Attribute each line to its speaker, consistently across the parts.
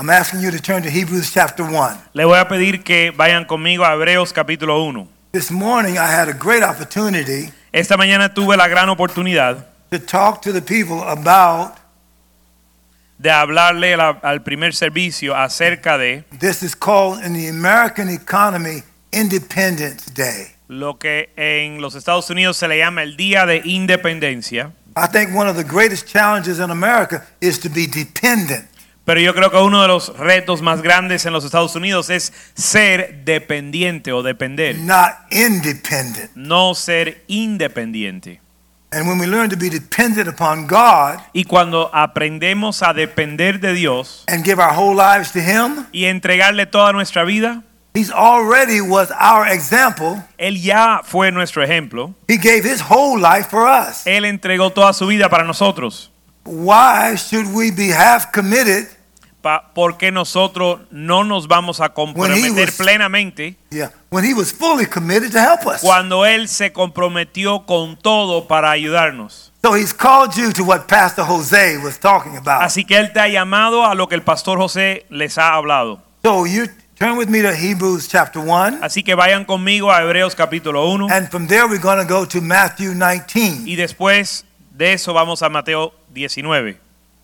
Speaker 1: I'm asking you to turn to Hebrews chapter 1.
Speaker 2: Les voy a pedir que vayan conmigo a Hebreos capítulo 1.
Speaker 1: This morning I had a great opportunity
Speaker 2: Esta mañana tuve la gran oportunidad
Speaker 1: to talk to the people about
Speaker 2: de hablarle la- al primer servicio acerca de
Speaker 1: this is called in the American economy Independence Day.
Speaker 2: lo que en los Estados Unidos se le llama el Día de Independencia.
Speaker 1: I think one of the greatest challenges in America is to be dependent.
Speaker 2: Pero yo creo que uno de los retos más grandes en los Estados Unidos es ser dependiente o depender,
Speaker 1: Not independent.
Speaker 2: no ser independiente.
Speaker 1: And when we learn to be dependent upon God
Speaker 2: Y cuando aprendemos a depender de Dios
Speaker 1: and give our whole lives to Him,
Speaker 2: y entregarle toda nuestra vida,
Speaker 1: He's already was our example.
Speaker 2: Él ya fue nuestro ejemplo.
Speaker 1: He gave His whole life for us.
Speaker 2: Él entregó toda su vida para nosotros.
Speaker 1: Why should we be half committed
Speaker 2: Pa- ¿Por qué nosotros no nos vamos a
Speaker 1: When he
Speaker 2: comprometer
Speaker 1: was-
Speaker 2: plenamente
Speaker 1: Yeah, when he was fully committed to help us.
Speaker 2: cuando Él se comprometió con todo para ayudarnos?
Speaker 1: So he's called you to what Pastor Jose was talking about.
Speaker 2: Así que Él te ha llamado a lo que el pastor José les ha hablado.
Speaker 1: So you turn with me to Hebrews chapter 1,
Speaker 2: Así que vayan conmigo a Hebreos capítulo 1
Speaker 1: and from there we're going to go to Matthew 19.
Speaker 2: y después de eso vamos a Mateo 19.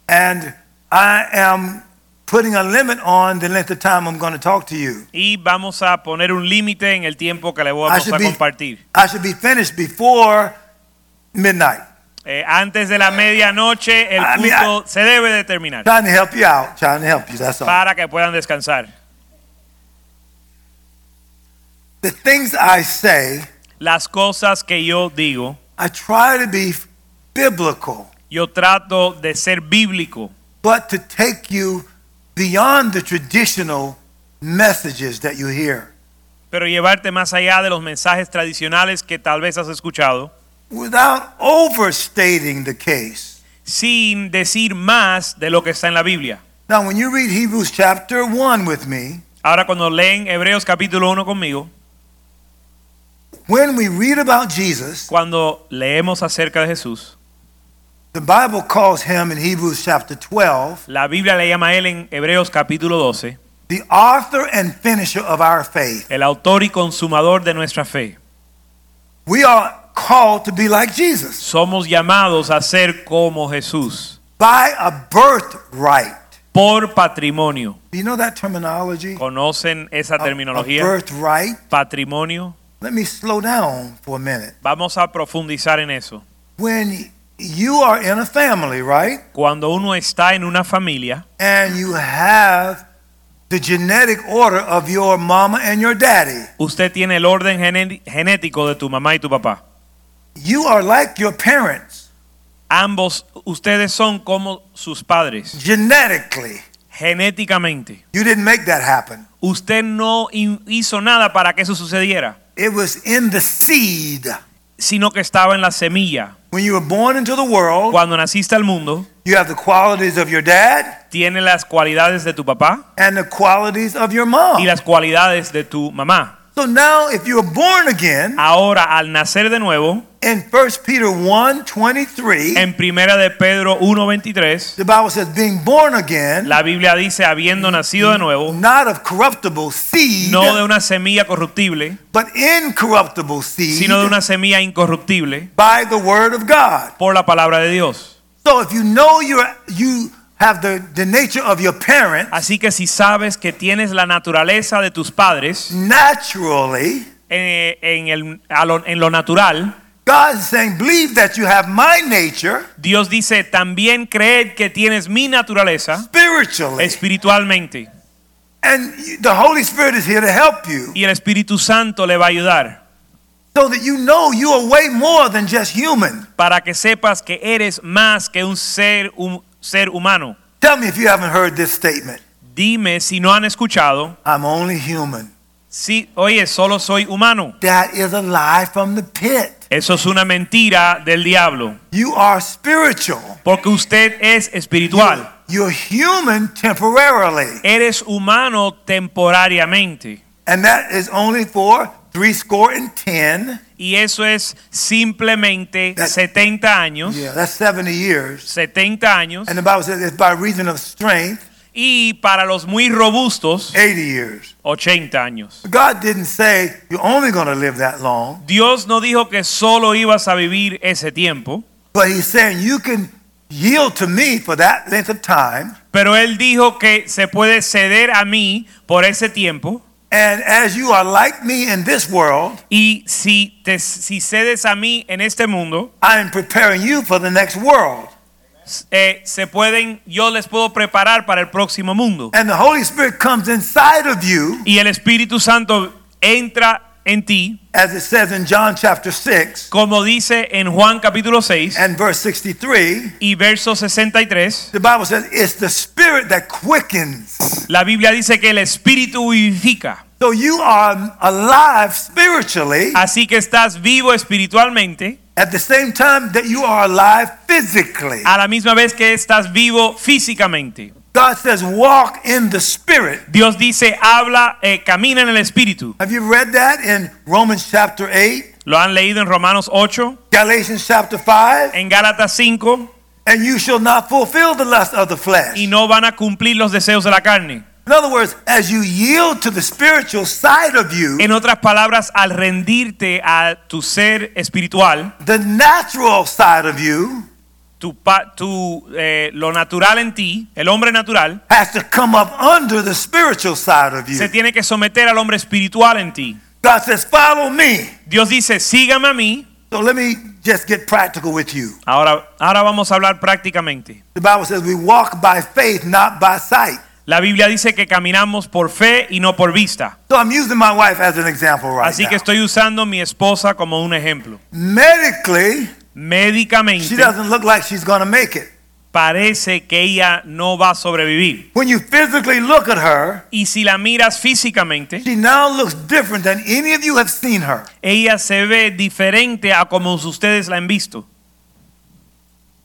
Speaker 1: And I am putting a limit on the length of time I'm going to talk to you.
Speaker 2: Y vamos a poner un límite en el tiempo que le
Speaker 1: I
Speaker 2: vamos a
Speaker 1: should, be,
Speaker 2: compartir.
Speaker 1: I should be finished before midnight.
Speaker 2: Eh, antes
Speaker 1: Ah,
Speaker 2: de la medianoche el
Speaker 1: I mean,
Speaker 2: culto se debe de terminar
Speaker 1: Trying to help you out, trying to help you, that's all.
Speaker 2: para que puedan descansar.
Speaker 1: The things I say,
Speaker 2: las cosas que yo digo,
Speaker 1: I try to be biblical.
Speaker 2: yo trato de ser bíblico,
Speaker 1: but to take you beyond the traditional messages that you hear.
Speaker 2: pero llevarte más allá de los mensajes tradicionales que tal vez has escuchado,
Speaker 1: Without overstating the case.
Speaker 2: sin decir más de lo que está en la Biblia.
Speaker 1: Now, when you read Hebrews chapter 1 with me,
Speaker 2: Ahora cuando leen Hebreos capítulo 1 conmigo,
Speaker 1: when we read about Jesus,
Speaker 2: cuando leemos acerca de Jesús,
Speaker 1: the Bible calls him in Hebrews chapter 12
Speaker 2: la Biblia le llama a él en Hebreos capítulo 12,
Speaker 1: the author and finisher of our faith.
Speaker 2: el autor y consumador de nuestra fe.
Speaker 1: We are called to be like Jesus
Speaker 2: Somos llamados a ser como Jesús,
Speaker 1: by a birthright.
Speaker 2: por patrimonio.
Speaker 1: Do you know that terminology?
Speaker 2: ¿Conocen esa
Speaker 1: A- A
Speaker 2: terminología?
Speaker 1: birthright.
Speaker 2: Patrimonio.
Speaker 1: Let me slow down for a minute.
Speaker 2: Vamos a profundizar en eso.
Speaker 1: when you are in a family, right?
Speaker 2: Cuando uno está en una familia
Speaker 1: And you have the genetic order of your mama and your daddy.
Speaker 2: Usted tiene el orden gene- genético de tu mamá y tu papá.
Speaker 1: You are like your parents
Speaker 2: Ambos, ustedes son como sus padres,
Speaker 1: genetically.
Speaker 2: genéticamente.
Speaker 1: You didn't make that happen.
Speaker 2: Usted no in- hizo nada para que eso sucediera,
Speaker 1: It was in the seed.
Speaker 2: sino que estaba en la semilla.
Speaker 1: When you were born into the world,
Speaker 2: Cuando naciste al mundo,
Speaker 1: you have the qualities of your dad
Speaker 2: tiene las cualidades de tu papá
Speaker 1: and the qualities of your
Speaker 2: y
Speaker 1: mom.
Speaker 2: las cualidades de tu mamá.
Speaker 1: So now if you're born
Speaker 2: Ah.
Speaker 1: again,
Speaker 2: Ahora, al nacer de nuevo,
Speaker 1: in 1 Peter 1, 23,
Speaker 2: en Primera de Pedro 1.23,
Speaker 1: the Bible says being born again,
Speaker 2: la Biblia dice, habiendo nacido de nuevo,
Speaker 1: not of corruptible seed,
Speaker 2: no de una semilla corruptible,
Speaker 1: but incorruptible seed
Speaker 2: sino de una semilla incorruptible
Speaker 1: by the word of God.
Speaker 2: por la palabra de Dios.
Speaker 1: So if you know you're, you have the, the nature of your parent,
Speaker 2: Así que si sabes que tienes la naturaleza de tus
Speaker 1: Mm.
Speaker 2: padres
Speaker 1: naturally,
Speaker 2: eh, en, el- a lo, en lo natural,
Speaker 1: God is saying, believe that you have my nature
Speaker 2: Dios dice, también creed que tienes mi naturaleza
Speaker 1: spiritually.
Speaker 2: espiritualmente.
Speaker 1: and you- the Holy Spirit is here to help you
Speaker 2: Y el Espíritu Santo le va a ayudar
Speaker 1: so that you know you are way more than just human.
Speaker 2: para que sepas que eres más que un ser, hum- ser humano.
Speaker 1: Tell me if you haven't heard this statement.
Speaker 2: Dime si no han escuchado.
Speaker 1: I'm only human.
Speaker 2: Si, oye, solo soy humano.
Speaker 1: That is a lie from the pit.
Speaker 2: Eso es una mentira del diablo.
Speaker 1: You are spiritual.
Speaker 2: Porque usted es espiritual.
Speaker 1: You're human temporarily.
Speaker 2: Eres humano temporariamente.
Speaker 1: And that is only for three score and ten.
Speaker 2: Y eso es simplemente
Speaker 1: That-
Speaker 2: 70 años.
Speaker 1: Yeah, that's 70 years.
Speaker 2: 70 años.
Speaker 1: And the Bible says it's by reason of strength,
Speaker 2: Y para los muy robustos,
Speaker 1: 80 years.
Speaker 2: 80 años.
Speaker 1: God didn't say you're only going to live that long,
Speaker 2: Dios no dijo que solo ibas a vivir ese tiempo,
Speaker 1: but He's saying you can yield to me for that length of time.
Speaker 2: pero Él dijo que se puede ceder a mí por ese tiempo.
Speaker 1: And as you are like me in this world,
Speaker 2: Y si, te, si cedes a mí en este mundo,
Speaker 1: I am preparing you for the next world.
Speaker 2: eh, se pueden, yo les puedo preparar para el próximo mundo.
Speaker 1: And the Holy Spirit comes inside of you,
Speaker 2: Y el Espíritu Santo entra en ti,
Speaker 1: as it says in John chapter 6
Speaker 2: como dice en Juan capítulo 6
Speaker 1: and verse 63.
Speaker 2: y verso 63.
Speaker 1: The Bible says it's the spirit that quickens.
Speaker 2: La Biblia dice que el Espíritu vivifica.
Speaker 1: So you are alive spiritually
Speaker 2: Así que estás vivo espiritualmente
Speaker 1: at the same time that you are alive physically.
Speaker 2: a la misma vez que estás vivo físicamente.
Speaker 1: God says, walk in the spirit.
Speaker 2: Dios dice, habla, eh, camina en el Espíritu.
Speaker 1: Have you read that in Romans chapter 8,
Speaker 2: Lo han leído en Romanos 8,
Speaker 1: Galatians chapter 5?
Speaker 2: en Gálatas 5,
Speaker 1: And you shall not fulfill the lust of the flesh.
Speaker 2: y no van a cumplir los deseos de la carne.
Speaker 1: In other words, as you yield to the spiritual side of you,
Speaker 2: En otras palabras, al rendirte a tu ser espiritual,
Speaker 1: the natural side of you
Speaker 2: tu, pa- tu, eh, lo natural en ti, el hombre natural,
Speaker 1: has to come up under the spiritual side of
Speaker 2: se
Speaker 1: you.
Speaker 2: tiene que someter al hombre espiritual en ti.
Speaker 1: God says, follow me.
Speaker 2: Dios dice, sígame a mí.
Speaker 1: So let me just get practical with you.
Speaker 2: Ahora, ahora vamos a hablar prácticamente.
Speaker 1: The Bible says we walk by faith, not by sight.
Speaker 2: La Biblia dice que caminamos por fe y no por vista.
Speaker 1: So I'm using my wife as an example right
Speaker 2: Así
Speaker 1: now.
Speaker 2: que estoy usando mi esposa como un ejemplo.
Speaker 1: Medically, she
Speaker 2: Médicamente
Speaker 1: doesn't look like she's going to make it.
Speaker 2: parece que ella no va a sobrevivir.
Speaker 1: When you physically look at her,
Speaker 2: Y si la miras físicamente,
Speaker 1: she now looks different than any of you have seen her.
Speaker 2: ella se ve diferente a como ustedes la han visto.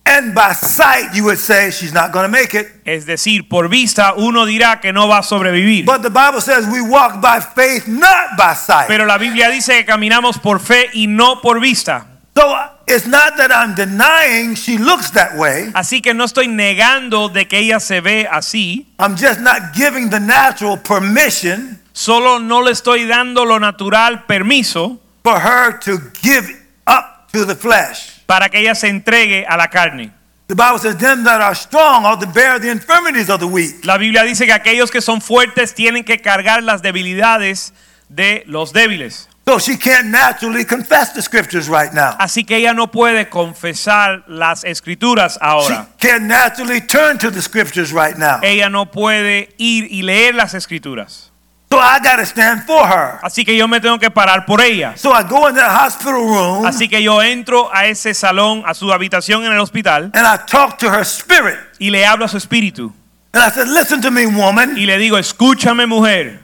Speaker 1: And by sight, you would say she's not going to make it.
Speaker 2: Es decir, por vista uno dirá que no va a sobrevivir.
Speaker 1: But the Bible says we walk by faith, not by sight.
Speaker 2: Pero la Biblia dice que caminamos por fe y no por vista.
Speaker 1: so uh, it's not that I'm denying she looks that way.
Speaker 2: Así que no estoy negando de que ella se ve así,
Speaker 1: I'm just not giving the natural permission
Speaker 2: solo no le estoy dando lo natural permiso
Speaker 1: for her to give up to the flesh.
Speaker 2: para que ella se entregue a la carne.
Speaker 1: The Bible says, Them that are strong ought to bear the infirmities of the weak.
Speaker 2: La Biblia dice que aquellos que son fuertes tienen que cargar las debilidades de los débiles.
Speaker 1: So she can't naturally confess the scriptures right now.
Speaker 2: Así que ella no puede confesar las escrituras
Speaker 1: She
Speaker 2: ahora.
Speaker 1: can't naturally turn to the scriptures right now.
Speaker 2: Ella no puede ir y leer las escrituras.
Speaker 1: So I got to stand for her.
Speaker 2: Así que yo me tengo que parar por ella.
Speaker 1: So I go in that hospital room
Speaker 2: Así que yo entro a ese salón, a su habitación en el hospital,
Speaker 1: and I talk to her spirit.
Speaker 2: y le hablo a su espíritu.
Speaker 1: And I said, Listen to me, woman.
Speaker 2: Y le digo, escúchame mujer,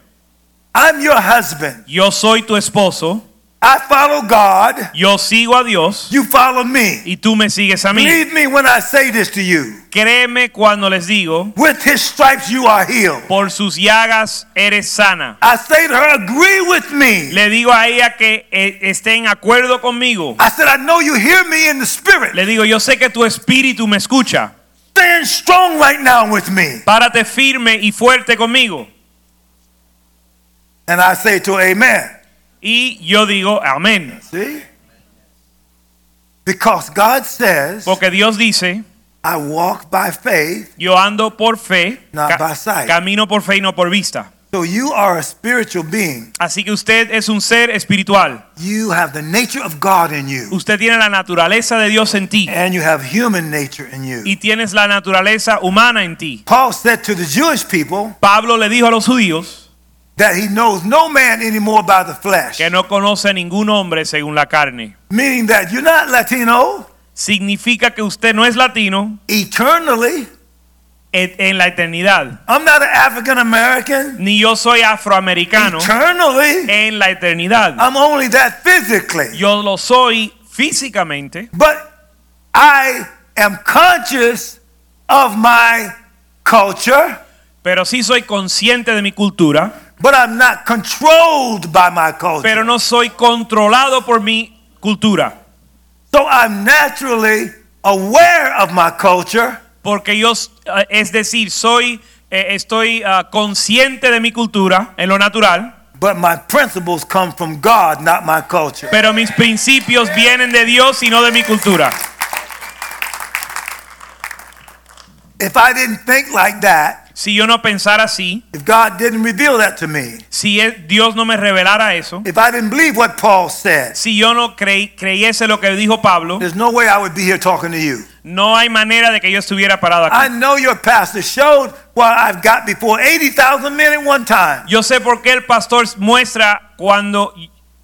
Speaker 1: I'm your husband.
Speaker 2: yo soy tu esposo,
Speaker 1: I follow God.
Speaker 2: yo sigo a Dios
Speaker 1: You follow me.
Speaker 2: y tú me sigues a mí.
Speaker 1: Believe me when I say this to you.
Speaker 2: Créeme cuando les digo,
Speaker 1: With his stripes you are healed.
Speaker 2: por sus llagas eres sana.
Speaker 1: I say to her, agree with me.
Speaker 2: Le digo a ella que eh, esté en acuerdo conmigo.
Speaker 1: I said, I know you hear me in the spirit.
Speaker 2: Le digo, yo sé que tu espíritu me escucha.
Speaker 1: Stand strong right now with me.
Speaker 2: Párate firme y fuerte conmigo.
Speaker 1: And I say to her, Amen.
Speaker 2: Y yo digo, amén.
Speaker 1: See? Because God says,
Speaker 2: Porque Dios dice,
Speaker 1: I walk by faith,
Speaker 2: yo ando por fe,
Speaker 1: Not by sight.
Speaker 2: camino por fe y no por vista.
Speaker 1: so you are a spiritual being.
Speaker 2: Así que usted es un ser espiritual.
Speaker 1: You have the nature of God in you,
Speaker 2: Usted tiene la naturaleza de Dios en ti
Speaker 1: and you have human nature in you.
Speaker 2: y tienes la naturaleza humana en ti.
Speaker 1: Paul said to the Jewish people
Speaker 2: Pablo le dijo a los judíos
Speaker 1: that he knows no man anymore by the flesh,
Speaker 2: que no conoce a ningún hombre según la carne.
Speaker 1: meaning that you're not Latino
Speaker 2: Significa que usted no es latino
Speaker 1: eternally.
Speaker 2: et- en la eternidad.
Speaker 1: I'm not an African American
Speaker 2: Ni yo soy afroamericano
Speaker 1: eternally.
Speaker 2: en la eternidad.
Speaker 1: I'm only that physically.
Speaker 2: Yo lo soy físicamente,
Speaker 1: But I am conscious of my culture,
Speaker 2: pero sí soy consciente de mi cultura,
Speaker 1: but I'm not controlled by my
Speaker 2: pero
Speaker 1: culture.
Speaker 2: no soy controlado por mi cultura,
Speaker 1: So I'm naturally aware of my culture,
Speaker 2: porque yo, s- eh, es decir, soy, eh, estoy ah, consciente de mi cultura en lo natural,
Speaker 1: but my principles come from God, not my culture.
Speaker 2: pero mis principios vienen de Dios y no de mi cultura.
Speaker 1: If I didn't think like that,
Speaker 2: Si yo no pensara así,
Speaker 1: if God didn't reveal that to me,
Speaker 2: si él- Dios no me revelara eso,
Speaker 1: if I didn't believe what Paul said,
Speaker 2: si yo no creí- creyese lo que dijo Pablo,
Speaker 1: there's no way I would be here talking to you.
Speaker 2: no hay manera de que yo estuviera parado
Speaker 1: I
Speaker 2: aquí.
Speaker 1: know your pastor showed what I've got before 80,000 men at one time.
Speaker 2: Yo sé por qué el pastor muestra cuando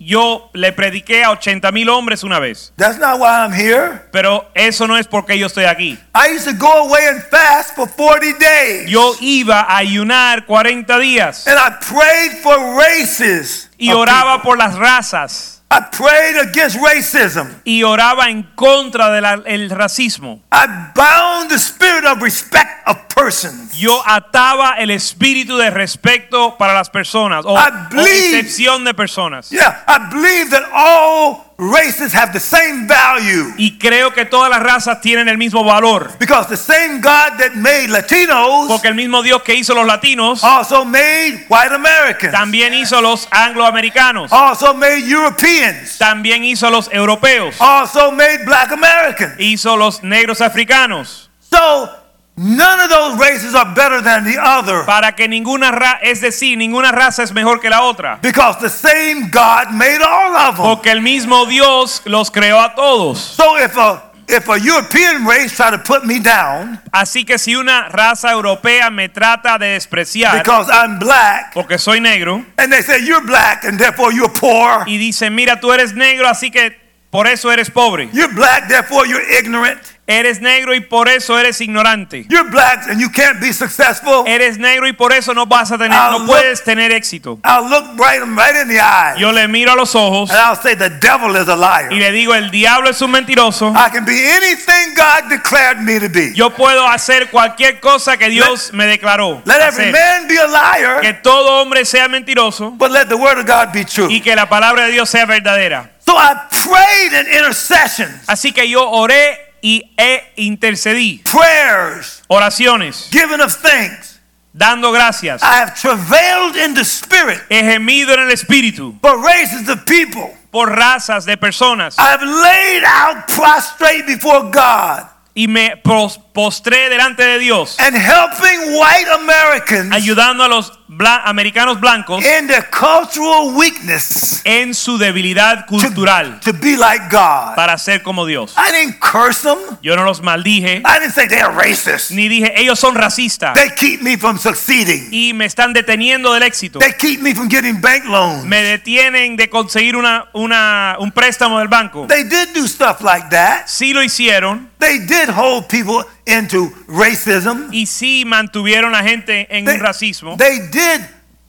Speaker 2: yo le prediqué a 80 mil hombres una vez,
Speaker 1: That's not why I'm here.
Speaker 2: pero eso no es porque yo estoy aquí.
Speaker 1: I used to go away and fast for 40 days.
Speaker 2: Yo iba a ayunar 40 días
Speaker 1: and I prayed for races.
Speaker 2: y
Speaker 1: of
Speaker 2: oraba
Speaker 1: people.
Speaker 2: por las razas
Speaker 1: I prayed against racism.
Speaker 2: y oraba en contra del racismo.
Speaker 1: I bound the spirit of respect of persons.
Speaker 2: Yo ataba el espíritu de respeto para las personas o,
Speaker 1: I
Speaker 2: o
Speaker 1: believe-
Speaker 2: excepción de personas.
Speaker 1: Yeah, I believe that all races have the same value
Speaker 2: Y creo que todas las razas tienen el mismo valor.
Speaker 1: because the same God that made Latinos
Speaker 2: Porque el mismo Dios que hizo los latinos
Speaker 1: also made white Americans,
Speaker 2: también hizo los angloamericanos,
Speaker 1: also made Europeans.
Speaker 2: también hizo los europeos,
Speaker 1: also made black Americans.
Speaker 2: hizo los negros africanos.
Speaker 1: So none of those races are better than the other
Speaker 2: Para que ninguna raza, es decir, ninguna raza es mejor que la otra.
Speaker 1: because the same God made all of them.
Speaker 2: Porque el mismo Dios los creó a todos.
Speaker 1: So if a if a European race try to put me down
Speaker 2: Así que si una raza europea me trata de despreciar
Speaker 1: because I'm black
Speaker 2: porque soy negro
Speaker 1: and they say you're black and therefore you're poor,
Speaker 2: y dicen, mira, tú eres negro, así que por eso eres pobre.
Speaker 1: you're black therefore you're ignorant,
Speaker 2: Eres negro y por eso eres ignorante.
Speaker 1: you're black and you can't be successful,
Speaker 2: Eres negro y por eso no vas a tener,
Speaker 1: Ah,
Speaker 2: no
Speaker 1: look.
Speaker 2: puedes tener éxito.
Speaker 1: I'll look right right in the eye
Speaker 2: Yo le miro a los ojos
Speaker 1: and I'll say the devil is a
Speaker 2: y
Speaker 1: liar.
Speaker 2: le digo, el diablo es un mentiroso.
Speaker 1: I can be anything God declared me to be.
Speaker 2: Yo puedo hacer cualquier cosa que Dios me declaró.
Speaker 1: Let every
Speaker 2: hacer.
Speaker 1: man be a liar.
Speaker 2: Que todo hombre sea mentiroso
Speaker 1: But let the word of God be true.
Speaker 2: y que la palabra de Dios sea verdadera.
Speaker 1: So I prayed in intercessions,
Speaker 2: Así que yo oré y e intercedí.
Speaker 1: prayers,
Speaker 2: Oraciones,
Speaker 1: giving of thanks.
Speaker 2: dando gracias.
Speaker 1: I have travailed in the spirit
Speaker 2: He gemido en el espíritu
Speaker 1: for races of people.
Speaker 2: por razas de personas
Speaker 1: I have laid out prostrate before God
Speaker 2: y me pos- postré delante de Dios.
Speaker 1: and helping white Americans
Speaker 2: ayudando a los bla- americanos blancos
Speaker 1: in their cultural weakness
Speaker 2: en su debilidad
Speaker 1: to,
Speaker 2: cultural
Speaker 1: to be like God.
Speaker 2: para ser como Dios.
Speaker 1: I didn't curse them.
Speaker 2: Yo no los maldije,
Speaker 1: I didn't say they're racist.
Speaker 2: ni dije, ellos son racistas
Speaker 1: They keep me from succeeding.
Speaker 2: y me están deteniendo del éxito.
Speaker 1: They keep me from getting bank loans.
Speaker 2: Me detienen de conseguir una, una- un préstamo del banco.
Speaker 1: They did do stuff like that.
Speaker 2: Sí lo hicieron
Speaker 1: They did hold people into racism.
Speaker 2: y sí mantuvieron a gente en
Speaker 1: They,
Speaker 2: un racismo.
Speaker 1: they did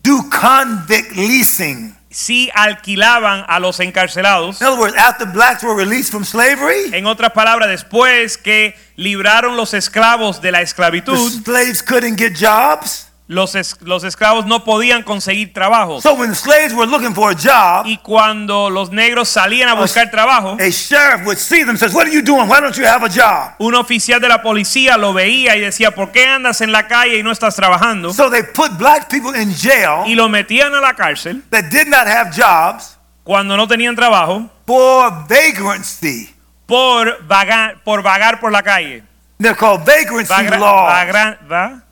Speaker 1: do convict leasing.
Speaker 2: Sí alquilaban a los encarcelados.
Speaker 1: In other words, after blacks were released from slavery,
Speaker 2: En otras palabras, después que libraron los esclavos de la
Speaker 1: the
Speaker 2: esclavitud,
Speaker 1: slaves couldn't get jobs.
Speaker 2: los, es- los esclavos no podían conseguir trabajo.
Speaker 1: So when the slaves were looking for a job,
Speaker 2: Y cuando los negros salían a
Speaker 1: pues,
Speaker 2: buscar trabajo,
Speaker 1: a sheriff would see them and says, "What are you doing? Why don't you have a job?"
Speaker 2: un oficial de la policía lo veía y decía, ¿por qué andas en la calle y no estás trabajando?
Speaker 1: So they put black people in jail
Speaker 2: Y lo metían a la cárcel
Speaker 1: that did not have jobs
Speaker 2: cuando no tenían trabajo
Speaker 1: for vagrancy.
Speaker 2: por vagar por, vagar por la calle.
Speaker 1: They're called vagrancy
Speaker 2: Vagra-
Speaker 1: laws
Speaker 2: vagra- va-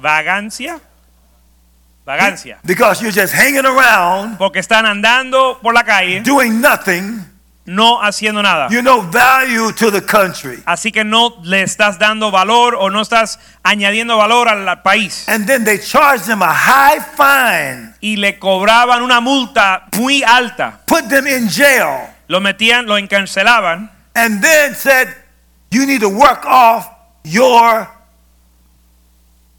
Speaker 2: vagancia. Vagancia.
Speaker 1: because you're just hanging around
Speaker 2: Porque están andando por la calle
Speaker 1: doing nothing.
Speaker 2: no haciendo nada.
Speaker 1: You're no value to the country.
Speaker 2: Así que no le estás dando valor o no estás añadiendo valor al al país.
Speaker 1: And then they charged them a high fine,
Speaker 2: Y le cobraban una multa muy alta.
Speaker 1: put them in jail,
Speaker 2: lo metían, lo encarcelaban
Speaker 1: and then said, You need to work off your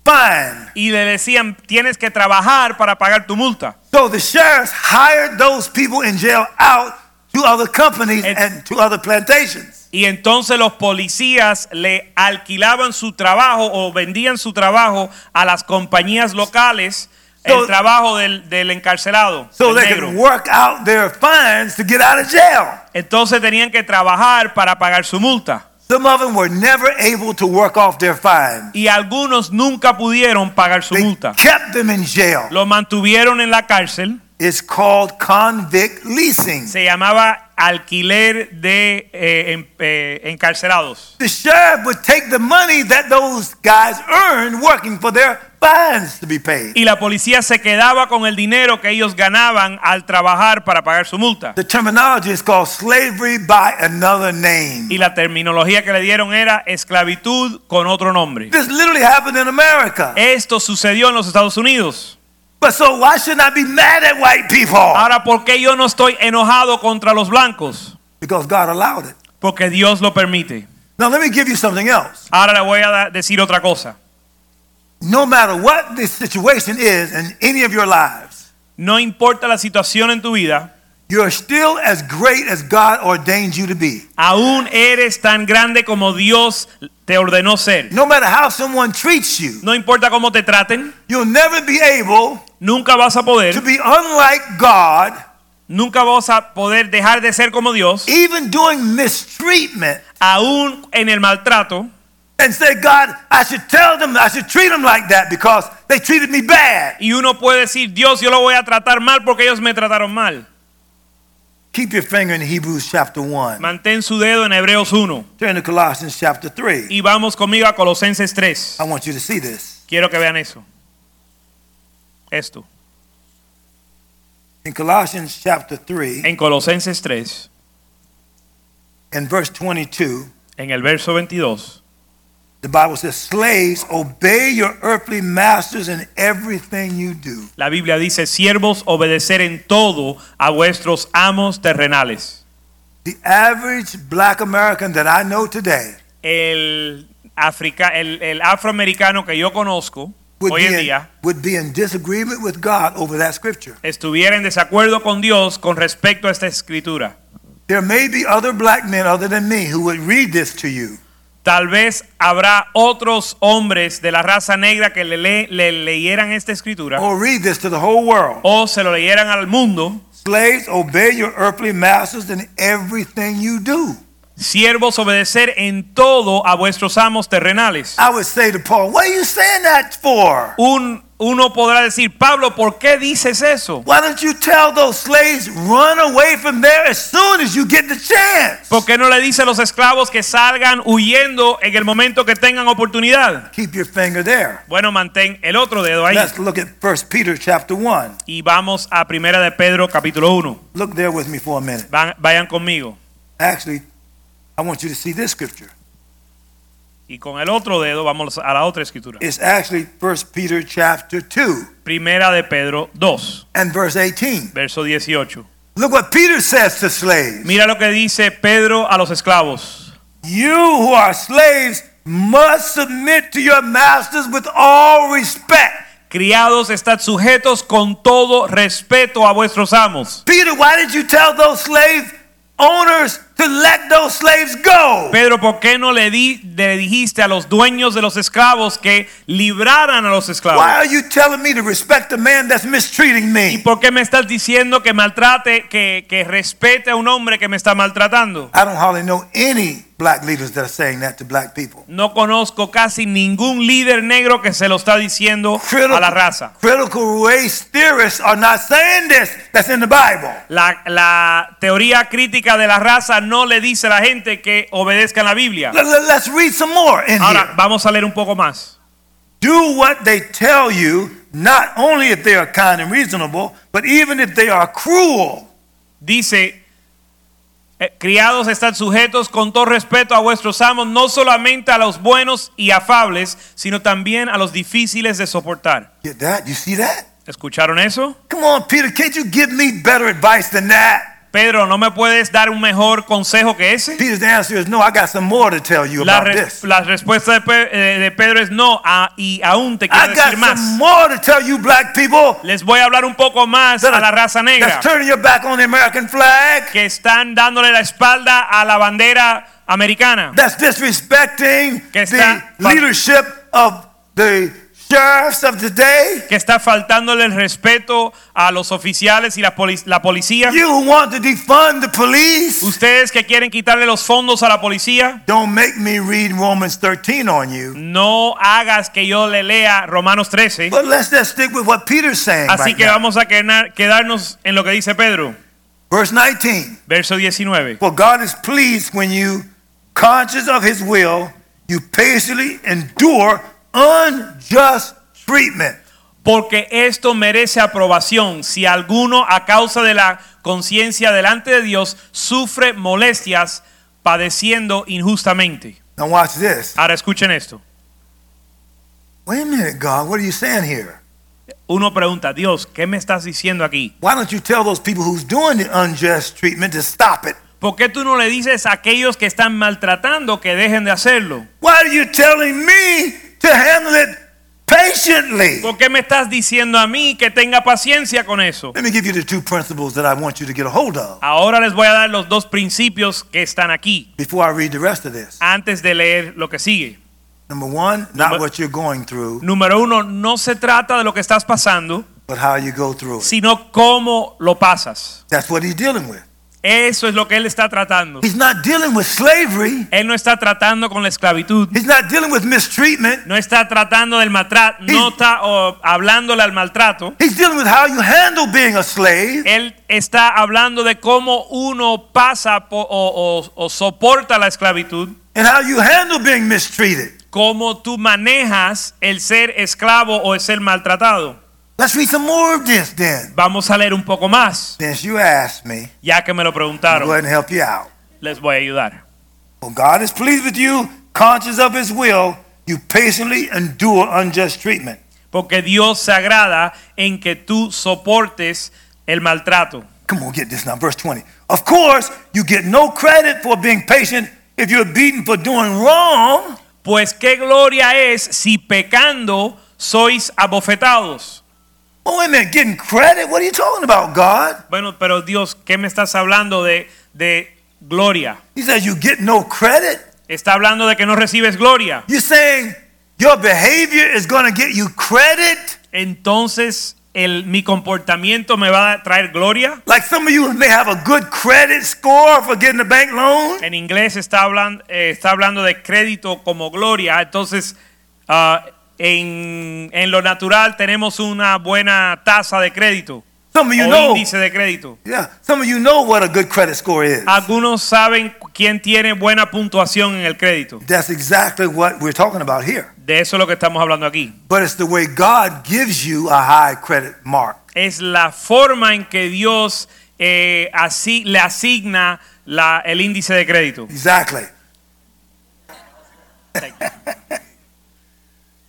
Speaker 1: fine.
Speaker 2: y le decían, tienes que trabajar para pagar tu multa.
Speaker 1: So the sheriffs hired those people in jail out to other companies
Speaker 2: And-
Speaker 1: and to other plantations.
Speaker 2: Y entonces los policías le alquilaban su trabajo o vendían su trabajo a las compañías locales,
Speaker 1: So-
Speaker 2: el trabajo del, del encarcelado,
Speaker 1: So
Speaker 2: del
Speaker 1: they
Speaker 2: negro.
Speaker 1: could work out their fines to get out of jail.
Speaker 2: Entonces tenían que trabajar para pagar su multa.
Speaker 1: Some of them were never able to work off their fine.
Speaker 2: Y algunos nunca pudieron pagar su
Speaker 1: They
Speaker 2: multa.
Speaker 1: kept them in jail.
Speaker 2: Lo mantuvieron en la cárcel.
Speaker 1: It's called convict leasing.
Speaker 2: Se llamaba alquiler de eh, en- eh, encarcelados.
Speaker 1: The sheriff would take the money that those guys earned working for their fines to be paid.
Speaker 2: Y la policía se quedaba con el dinero que ellos ganaban al trabajar para pagar su multa.
Speaker 1: The terminology is called slavery by another name.
Speaker 2: Y la terminología que le dieron era esclavitud con otro nombre.
Speaker 1: This literally happened in America.
Speaker 2: Esto sucedió en los Estados Unidos.
Speaker 1: But so why should I be mad at white people?
Speaker 2: Ahora, ¿por qué yo no estoy enojado contra los blancos?
Speaker 1: Because God allowed it.
Speaker 2: Porque Dios lo permite.
Speaker 1: Now let me give you something else.
Speaker 2: Ahora le voy a da- decir otra cosa.
Speaker 1: No matter what the situation is in any of your lives,
Speaker 2: No importa la situación en tu vida,
Speaker 1: you're still as great as God ordained you to be.
Speaker 2: aún eres tan grande como Dios te ordenó ser.
Speaker 1: No matter how someone treats you,
Speaker 2: No importa cómo te traten,
Speaker 1: you'll never be able
Speaker 2: nunca vas a
Speaker 1: to
Speaker 2: poder,
Speaker 1: be unlike God,
Speaker 2: nunca vas a poder dejar de ser como Dios,
Speaker 1: even doing mistreatment,
Speaker 2: aún en el maltrato.
Speaker 1: and say, God, I should tell them, I should treat them like that because they treated me bad.
Speaker 2: Y uno puede decir, Dios, yo lo voy a tratar mal porque ellos me trataron mal.
Speaker 1: Keep your finger in Hebrews chapter 1.
Speaker 2: Mantén su dedo en Hebreos 1
Speaker 1: Turn to Colossians chapter 3.
Speaker 2: y vamos conmigo a Colosenses 3.
Speaker 1: I want you to see this.
Speaker 2: Quiero que vean eso. Esto.
Speaker 1: In Colossians chapter 3,
Speaker 2: En Colosenses 3,
Speaker 1: in verse 22,
Speaker 2: en el verso 22.
Speaker 1: the Bible says, Slaves, obey your earthly masters in everything you do.
Speaker 2: La Biblia dice, siervos, obedecer en todo a vuestros amos terrenales.
Speaker 1: The average black American that I know today
Speaker 2: El, africa- el, el afroamericano que yo conozco
Speaker 1: would
Speaker 2: hoy
Speaker 1: be,
Speaker 2: en
Speaker 1: in,
Speaker 2: día
Speaker 1: would be in disagreement with God over that scripture.
Speaker 2: estuviera en desacuerdo con Dios con respecto a esta escritura.
Speaker 1: There may be other black men other than me who would read this to you.
Speaker 2: Tal vez habrá otros hombres de la raza negra que le, le- le leyeran esta escritura
Speaker 1: or read this to the whole world.
Speaker 2: o se lo leyeran al mundo.
Speaker 1: Slaves, obey your earthly masters in everything you do.
Speaker 2: Siervos, obedecer en todo a vuestros amos terrenales.
Speaker 1: I would say to Paul, what are you saying that for?
Speaker 2: Un, uno podrá decir, Pablo, ¿por qué dices eso?
Speaker 1: Why don't you tell those slaves, run away from there as soon as you get the chance?
Speaker 2: ¿Por qué no le dice a los esclavos que salgan huyendo en el momento que tengan oportunidad?
Speaker 1: Keep your finger there.
Speaker 2: Bueno, mantén el otro dedo ahí.
Speaker 1: Let's look at 1 Peter chapter 1.
Speaker 2: Y vamos a Primera de Pedro capítulo 1.
Speaker 1: Look there with me for a minute.
Speaker 2: Van- vayan conmigo.
Speaker 1: Actually, I want you to see this scripture.
Speaker 2: Y con el otro dedo vamos a la otra escritura.
Speaker 1: It's actually 1 Peter chapter 2
Speaker 2: Primera de Pedro 2,
Speaker 1: and verse 18.
Speaker 2: verso 18.
Speaker 1: Look what Peter says to slaves.
Speaker 2: Mira lo que dice Pedro a los esclavos.
Speaker 1: You who are slaves must submit to your masters with all respect.
Speaker 2: Criados, estad sujetos con todo respeto a vuestros amos.
Speaker 1: Peter, why did you tell those slave owners to let those slaves go?
Speaker 2: Pedro, ¿por qué no le, di- le dijiste a los dueños de los esclavos que libraran a los esclavos?
Speaker 1: Why are you telling me to respect a man that's mistreating
Speaker 2: ¿Y
Speaker 1: me?
Speaker 2: por qué me estás diciendo que maltrate, que, que respete a un hombre que me está maltratando?
Speaker 1: I don't hardly know any black leaders that are saying that to black people.
Speaker 2: No conozco casi ningún líder negro que se lo está diciendo a la raza.
Speaker 1: critical race theorists are not saying this. That's in the Bible.
Speaker 2: La, la teoría crítica de la raza no le dice a la gente que obedezca la Biblia.
Speaker 1: Let- let- Let's read some more in
Speaker 2: Ahora,
Speaker 1: here.
Speaker 2: vamos a leer un poco más.
Speaker 1: Do what they tell you, not only if they are kind and reasonable, but even if they are cruel.
Speaker 2: Dice, eh, criados están sujetos con todo respeto a vuestros amos, no solamente a los buenos y afables, sino también a los difíciles de soportar.
Speaker 1: Get that? You see that?
Speaker 2: ¿Escucharon eso?
Speaker 1: Come on, Peter, can't you give me better advice than that?
Speaker 2: Pedro, ¿no me puedes dar un mejor consejo que ese?
Speaker 1: Peter's answer is, No, I got some more to tell you
Speaker 2: La,
Speaker 1: about
Speaker 2: re-
Speaker 1: this.
Speaker 2: la respuesta de, Pe- eh, de Pedro es no, a- y aún te quiero
Speaker 1: I got
Speaker 2: decir más.
Speaker 1: some more to tell you, black people,
Speaker 2: Les voy a hablar un poco más
Speaker 1: that
Speaker 2: a
Speaker 1: are-
Speaker 2: la raza negra
Speaker 1: that's turning your back on the American flag,
Speaker 2: que están dándole la espalda a la bandera americana,
Speaker 1: that's disrespecting
Speaker 2: Que está-
Speaker 1: the leadership of the sheriffs of today.
Speaker 2: que está faltándole el respeto a los oficiales y la, poli- la policía.
Speaker 1: You who want to defund the police,
Speaker 2: Ustedes que quieren quitarle los fondos a la policía,
Speaker 1: don't make me read Romans 13 on you.
Speaker 2: no hagas que yo le lea Romanos 13.
Speaker 1: But let's just stick with what Peter's saying.
Speaker 2: Así
Speaker 1: right
Speaker 2: que
Speaker 1: now.
Speaker 2: vamos a quedar- quedarnos en lo que dice Pedro,
Speaker 1: Verse 19.
Speaker 2: verso 19.
Speaker 1: For God is pleased when you, conscious of his will, you patiently endure unjust treatment.
Speaker 2: Porque esto merece aprobación si alguno a causa de la conciencia delante de Dios sufre molestias padeciendo injustamente.
Speaker 1: Now watch this.
Speaker 2: Ahora escuchen esto.
Speaker 1: Wait a minute, God, what are you saying here?
Speaker 2: Uno pregunta, Dios, ¿qué me estás diciendo aquí?
Speaker 1: Why don't you tell those people who's doing the unjust treatment to stop it?
Speaker 2: ¿Por qué tú no le dices a aquellos que están maltratando que dejen de hacerlo?
Speaker 1: Why are you telling me to handle it patiently?
Speaker 2: ¿Por qué me estás diciendo a mí que tenga paciencia con eso?
Speaker 1: Let me give you the two principles that I want you to get a hold of
Speaker 2: Ahora les voy a dar los dos principios que están aquí
Speaker 1: before I read the rest of this.
Speaker 2: antes de leer lo que sigue.
Speaker 1: Number one, not
Speaker 2: Number-
Speaker 1: what you're going through,
Speaker 2: Número uno, no se trata de lo que estás pasando,
Speaker 1: but how you go through it.
Speaker 2: sino cómo lo pasas.
Speaker 1: That's what he's dealing with.
Speaker 2: Eso es lo que él está tratando.
Speaker 1: He's not dealing with slavery.
Speaker 2: Él no está tratando con la esclavitud,
Speaker 1: He's not dealing with mistreatment.
Speaker 2: no está tratando del maltrato, no está oh, hablándole al maltrato.
Speaker 1: He's dealing with how you handle being a slave.
Speaker 2: Él está hablando de cómo uno pasa po- o, o- o soporta la esclavitud,
Speaker 1: and how you handle being mistreated.
Speaker 2: cómo tú manejas el ser esclavo o el ser maltratado.
Speaker 1: Let's read some more of this then.
Speaker 2: Vamos a leer un poco más,
Speaker 1: Since you asked me,
Speaker 2: ya que me lo
Speaker 1: I'll go
Speaker 2: preguntaron.
Speaker 1: ahead and help you out.
Speaker 2: Les voy a ayudar.
Speaker 1: Well, God is pleased with you, conscious of his will, you patiently endure unjust treatment.
Speaker 2: Porque Dios se agrada en que tú soportes el maltrato.
Speaker 1: Come on, get this now. Verse 20. Of course, you get no credit for being patient if you're beaten for doing wrong,
Speaker 2: Pues qué gloria es si pecando sois abofetados.
Speaker 1: Oh, wait a minute, getting credit? What are you talking about, God?
Speaker 2: Bueno, pero Dios, ¿qué me estás hablando de, de gloria?
Speaker 1: He says you get no credit.
Speaker 2: Está hablando de que no recibes gloria.
Speaker 1: You're saying your behavior is going to get you credit?
Speaker 2: Entonces, el, mi comportamiento me va a traer gloria.
Speaker 1: Like some of you may have a good credit score for getting a bank loan.
Speaker 2: En inglés está, hablan- eh, está hablando de crédito como gloria. Entonces, ah, en, en lo natural tenemos una buena tasa de crédito.
Speaker 1: Some of you
Speaker 2: o
Speaker 1: know.
Speaker 2: índice de crédito.
Speaker 1: Yeah, some of you know what a good credit score is.
Speaker 2: Algunos saben quién tiene buena puntuación en el crédito.
Speaker 1: That's exactly what we're talking about here.
Speaker 2: De eso es lo que estamos hablando aquí.
Speaker 1: But it's the way God gives you a high credit mark.
Speaker 2: Es la forma en que Dios eh, así, le asigna la- el índice de crédito.
Speaker 1: Exactly.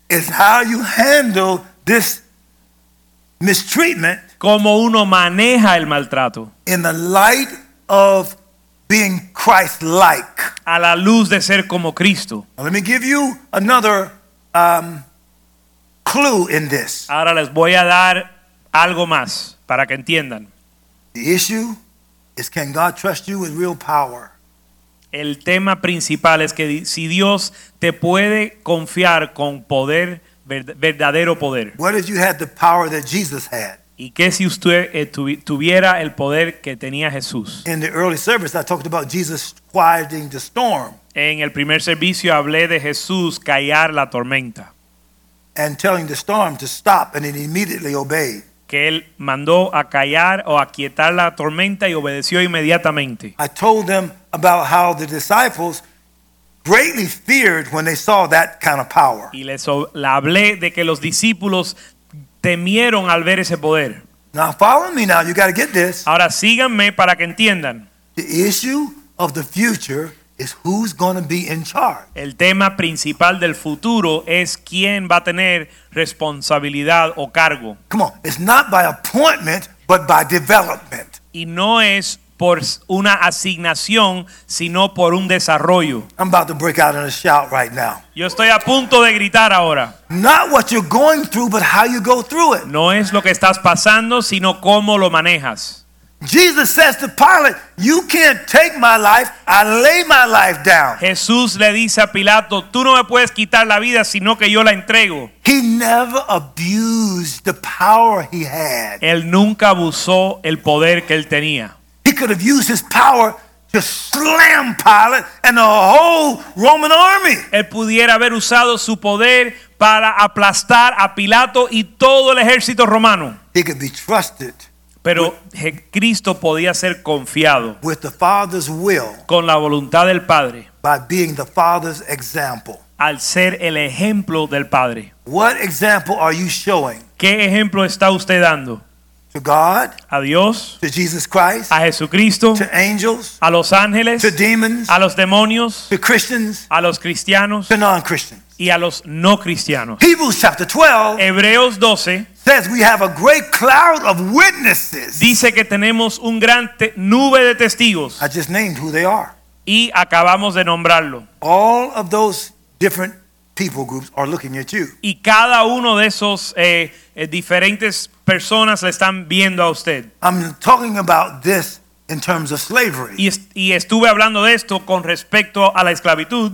Speaker 1: it's how you handle this mistreatment
Speaker 2: Cómo uno maneja el maltrato
Speaker 1: in the light of being Christ like.
Speaker 2: a la luz de ser como Cristo.
Speaker 1: Now, let me give you another um, clue in this.
Speaker 2: Ahora les voy a dar algo más para que entiendan.
Speaker 1: The issue is can God trust you with real power?
Speaker 2: El tema principal es que di- si Dios te puede confiar con poder, verd- verdadero poder,
Speaker 1: What if you had the power that Jesus had?
Speaker 2: ¿Y qué si usted eh, tuvi- tuviera el poder que tenía Jesús?
Speaker 1: In the early service, I talked about Jesus quieting the storm
Speaker 2: En el primer servicio hablé de Jesús callar la tormenta,
Speaker 1: and telling the storm to stop, and it immediately obeyed.
Speaker 2: que él mandó a callar o a quietar la tormenta y obedeció inmediatamente.
Speaker 1: I told them about how the disciples greatly feared when they saw that kind of power.
Speaker 2: Y les o- le hablé de que los discípulos temieron al ver ese poder.
Speaker 1: Now, follow me now. You got to get this.
Speaker 2: Ahora síganme para que entiendan.
Speaker 1: The issue of the future is who's going to be in charge.
Speaker 2: El tema principal del futuro es quién va a tener responsabilidad o cargo.
Speaker 1: Come on, it's not by appointment, but by development.
Speaker 2: Y no es por una asignación, sino por un desarrollo.
Speaker 1: I'm about to break out in a shout right now.
Speaker 2: Yo estoy a punto de gritar ahora.
Speaker 1: Not what you're going through, but how you go through it.
Speaker 2: No es lo que estás pasando, sino cómo lo manejas.
Speaker 1: Jesus says to Pilate, You can't take my life. I lay my life down.
Speaker 2: Jesús le dice a Pilato, tú no me puedes quitar la vida, sino que yo la entrego.
Speaker 1: He never abused the power he had.
Speaker 2: Él nunca abusó el poder que él tenía.
Speaker 1: He could have used his power to slam Pilate and the whole Roman army.
Speaker 2: Él pudiera haber usado su poder para aplastar a Pilato y todo el ejército romano.
Speaker 1: He could be trusted
Speaker 2: Pero Je- Cristo podía ser confiado
Speaker 1: with the Father's will
Speaker 2: con la voluntad del Padre
Speaker 1: by being the Father's example.
Speaker 2: al ser el ejemplo del Padre.
Speaker 1: What example are you showing
Speaker 2: ¿Qué ejemplo está usted dando?
Speaker 1: to God,
Speaker 2: ¿A Dios?
Speaker 1: to Jesus Christ,
Speaker 2: ¿A Jesucristo?
Speaker 1: to angels,
Speaker 2: ¿A los ángeles?
Speaker 1: to demons,
Speaker 2: ¿A los demonios?
Speaker 1: to Christians,
Speaker 2: ¿A los cristianos?
Speaker 1: to non Christians?
Speaker 2: Y a los no cristianos.
Speaker 1: Hebrews chapter 12
Speaker 2: Hebreos 12
Speaker 1: says we have a great cloud of witnesses.
Speaker 2: dice que tenemos un gran te- nube de testigos
Speaker 1: I just named who they are.
Speaker 2: y acabamos de nombrarlo.
Speaker 1: All of those different people groups are looking at you.
Speaker 2: Y cada uno de esos eh, eh, diferentes personas le están viendo a usted.
Speaker 1: I'm talking about this in terms of slavery.
Speaker 2: Y, est- y estuve hablando de esto con respecto a la esclavitud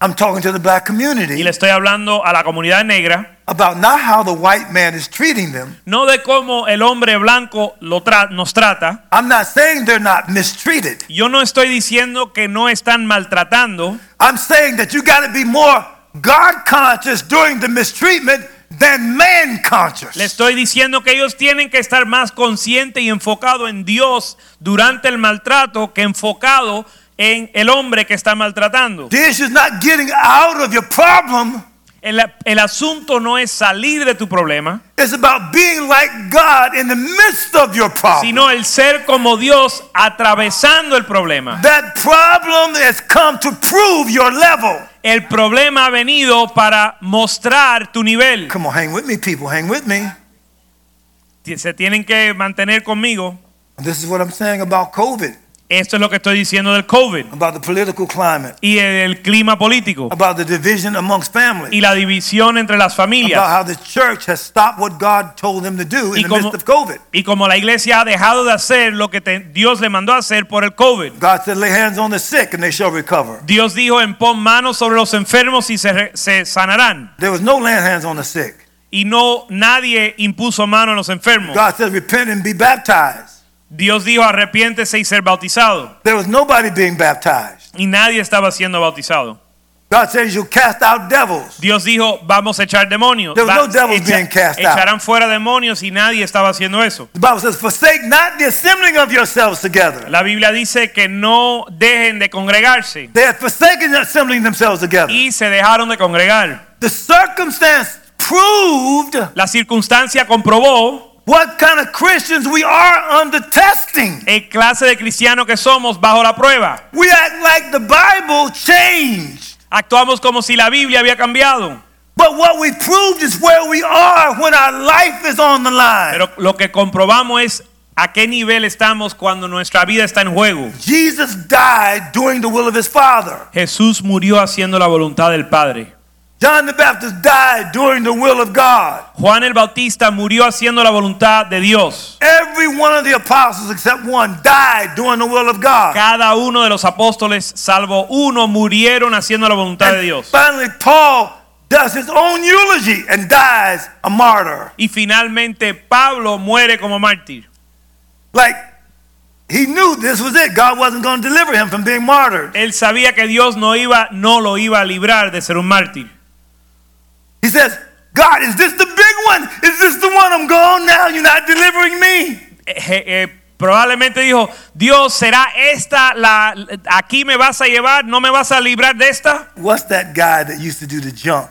Speaker 1: I'm talking to the black
Speaker 2: y
Speaker 1: community
Speaker 2: le estoy hablando a la comunidad negra,
Speaker 1: about not how the white man is treating them.
Speaker 2: no de cómo el hombre blanco lo tra- nos trata.
Speaker 1: I'm not saying they're not mistreated.
Speaker 2: Yo no estoy diciendo que no están maltratando,
Speaker 1: I'm saying that you got to be more God conscious during the mistreatment than man conscious.
Speaker 2: le estoy diciendo que ellos tienen que estar más consciente y enfocado en Dios durante el maltrato que enfocado en el hombre que está maltratando.
Speaker 1: the issue is not getting out of your problem.
Speaker 2: El, el asunto no es salir de tu problema,
Speaker 1: It's about being like God in the midst of your problem.
Speaker 2: sino el ser como Dios atravesando el problema.
Speaker 1: that problem has come to prove your level.
Speaker 2: El problema ha venido para mostrar tu nivel.
Speaker 1: Come on, hang with me, people. Hang with me.
Speaker 2: Se tienen que mantener conmigo.
Speaker 1: This is what I'm saying about COVID,
Speaker 2: Esto es lo que estoy diciendo del COVID
Speaker 1: about the political climate,
Speaker 2: y del clima político
Speaker 1: about the division amongst
Speaker 2: y
Speaker 1: families,
Speaker 2: la división entre las
Speaker 1: about
Speaker 2: familias.
Speaker 1: how the church has stopped what God told them to do
Speaker 2: Y
Speaker 1: in the
Speaker 2: como-
Speaker 1: midst of COVID.
Speaker 2: Y como la iglesia ha dejado de hacer lo que te- Dios le mandó a hacer por el COVID.
Speaker 1: God said, lay hands on the sick and they shall recover.
Speaker 2: Dios dijo en pon manos sobre los enfermos y se, re- se sanarán.
Speaker 1: There was no laying hands on the sick.
Speaker 2: Y no nadie impuso mano a los enfermos.
Speaker 1: God said, repent and be baptized.
Speaker 2: Dios dijo arrepiéntese y ser bautizado.
Speaker 1: There was nobody being baptized.
Speaker 2: Y nadie estaba siendo bautizado.
Speaker 1: God said, you'll cast out devils.
Speaker 2: Dios dijo, vamos a echar demonios.
Speaker 1: There was
Speaker 2: Va-
Speaker 1: no devils being cast out.
Speaker 2: echarán fuera demonios y nadie estaba haciendo eso.
Speaker 1: The Bible says, forsake not the assembling of yourselves together.
Speaker 2: La Biblia dice que no dejen de congregarse
Speaker 1: They had forsaken assembling themselves together.
Speaker 2: y se dejaron de congregar.
Speaker 1: The circumstance proved
Speaker 2: La circunstancia comprobó
Speaker 1: what kind of Christians we are under testing.
Speaker 2: el clase de cristiano que somos bajo la prueba.
Speaker 1: We act like the Bible changed.
Speaker 2: Actuamos como si la Biblia había cambiado.
Speaker 1: But what we proved is where we are when our life is on the line.
Speaker 2: Pero lo que comprobamos es a qué nivel estamos cuando nuestra vida está en juego.
Speaker 1: Jesus died doing the will of his Father.
Speaker 2: Jesús murió haciendo la voluntad del Padre.
Speaker 1: John the Baptist died doing the will of God.
Speaker 2: Juan el Bautista murió haciendo la voluntad de Dios.
Speaker 1: Every one of the apostles except one died doing the will of God.
Speaker 2: Cada uno de los apóstoles, salvo uno, murieron haciendo la voluntad de
Speaker 1: And
Speaker 2: Dios.
Speaker 1: finally, Paul does his own eulogy and dies a martyr.
Speaker 2: Y finalmente Pablo muere como mártir.
Speaker 1: Like he knew this was it. God wasn't going to deliver him from being martyred.
Speaker 2: Él sabía que Dios no iba, no lo iba a librar de ser un mártir.
Speaker 1: He says, God, is this the big one? Is this the one I'm gone now? You're not delivering me.
Speaker 2: Eh, eh, eh, probablemente dijo, Dios, ¿será esta la aquí me vas a llevar? ¿No me vas a librar de esta?
Speaker 1: What's that guy that used to do the junk?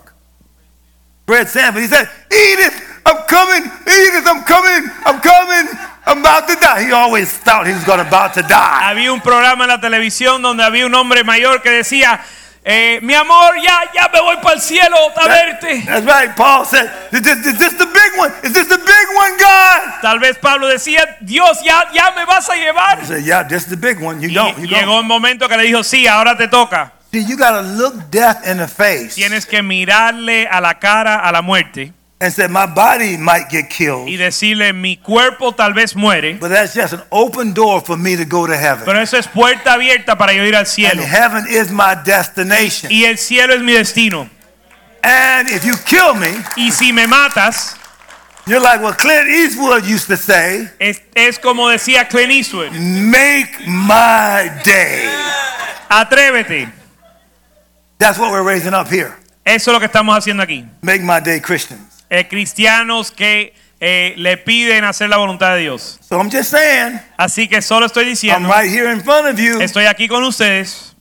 Speaker 1: Fred Sanford. He said, Edith, I'm coming. Edith, I'm coming. I'm coming. I'm about to die. He always thought he was going to about to die.
Speaker 2: Había un programa en la televisión donde había un hombre mayor que decía, Eh, mi amor, ya, ya me voy para el cielo a verte.
Speaker 1: That's right. Paul said, is this, is this the big one? Is this the big one, God?
Speaker 2: Tal vez Pablo decía, Dios, ya, ya me vas a llevar.
Speaker 1: I said, yeah, this is the big one. You
Speaker 2: Y
Speaker 1: don't. You
Speaker 2: llegó
Speaker 1: don't.
Speaker 2: un momento que le dijo, sí, ahora te toca.
Speaker 1: See, you got to look death in the face
Speaker 2: Tienes que mirarle a la cara a la muerte
Speaker 1: and say, my body might get
Speaker 2: y
Speaker 1: killed,
Speaker 2: decirle, mi cuerpo tal vez muere,
Speaker 1: but that's just an open door for me to go to heaven.
Speaker 2: pero eso es puerta abierta para yo ir al
Speaker 1: And
Speaker 2: cielo.
Speaker 1: heaven is my destination.
Speaker 2: Y el cielo es mi destino.
Speaker 1: And if you kill me,
Speaker 2: Y si me matas,
Speaker 1: you're like what Clint Eastwood used to say,
Speaker 2: es, es como decía Clint Eastwood,
Speaker 1: make my day.
Speaker 2: atrévete.
Speaker 1: That's what we're raising up here.
Speaker 2: Eso es lo que estamos haciendo aquí.
Speaker 1: Make my day Christians.
Speaker 2: Eh, cristianos que eh, le piden hacer la voluntad de Dios.
Speaker 1: So I'm just saying,
Speaker 2: Así que solo estoy
Speaker 1: I'm
Speaker 2: diciendo,
Speaker 1: right here in front of you,
Speaker 2: estoy aquí con ustedes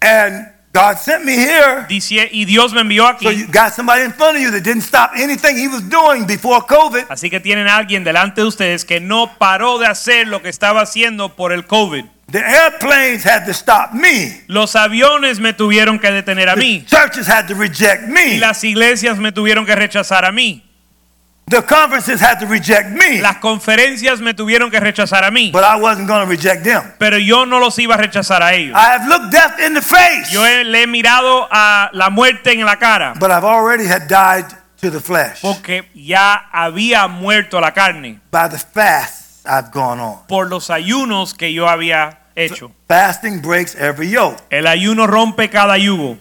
Speaker 1: and God sent me here.
Speaker 2: dicie- y Dios me envió
Speaker 1: So
Speaker 2: aquí.
Speaker 1: you got somebody in front of you that didn't stop anything he was doing before COVID.
Speaker 2: Así que tienen a alguien delante de ustedes que no paró de hacer lo que estaba haciendo por el COVID.
Speaker 1: The airplanes had to stop me.
Speaker 2: Los aviones me tuvieron que detener a
Speaker 1: The
Speaker 2: mí.
Speaker 1: churches had to reject
Speaker 2: Y
Speaker 1: me.
Speaker 2: las iglesias me tuvieron que rechazar a mí.
Speaker 1: The conferences had to reject me.
Speaker 2: Las conferencias me tuvieron que rechazar a mí.
Speaker 1: But I wasn't going to reject them.
Speaker 2: Pero yo no los iba a rechazar a ellos.
Speaker 1: I have looked death in the face.
Speaker 2: Yo he- le he mirado a la muerte en la cara.
Speaker 1: But I've already had died to the flesh
Speaker 2: Porque ya había muerto la carne.
Speaker 1: by the fast I've gone on.
Speaker 2: por los ayunos que yo había hecho.
Speaker 1: Fasting breaks every yoke.
Speaker 2: El ayuno rompe cada yugo.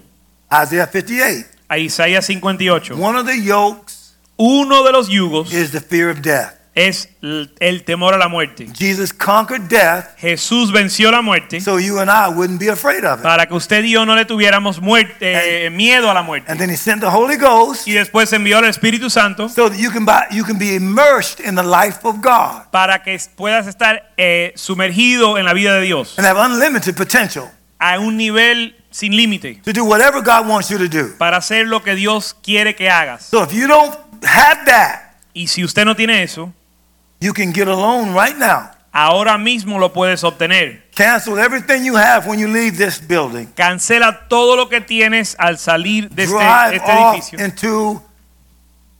Speaker 1: Isaiah 58.
Speaker 2: A Isaías 58.
Speaker 1: One of the yokes
Speaker 2: Uno de los yugos
Speaker 1: is the fear of death.
Speaker 2: es l- el temor a la muerte.
Speaker 1: Jesus conquered death
Speaker 2: Jesús venció la muerte
Speaker 1: so you and I wouldn't be afraid of it.
Speaker 2: para que usted y yo no le tuviéramos muerte, eh, miedo a la muerte.
Speaker 1: And then he sent the Holy Ghost
Speaker 2: Y después envió al Espíritu Santo
Speaker 1: so that you can, buy, you can be immersed in the life of God
Speaker 2: para que puedas estar eh, sumergido en la vida de Dios
Speaker 1: and have unlimited potential
Speaker 2: a un nivel sin límite
Speaker 1: to do whatever God wants you to do.
Speaker 2: para hacer lo que Dios quiere que hagas.
Speaker 1: So if you don't have that,
Speaker 2: Y si usted no tiene eso,
Speaker 1: you can get alone right now.
Speaker 2: ahora mismo lo puedes obtener.
Speaker 1: Cancel everything you have when you leave this building.
Speaker 2: Cancela todo lo que tienes al salir de este,
Speaker 1: drive
Speaker 2: este
Speaker 1: off
Speaker 2: edificio
Speaker 1: into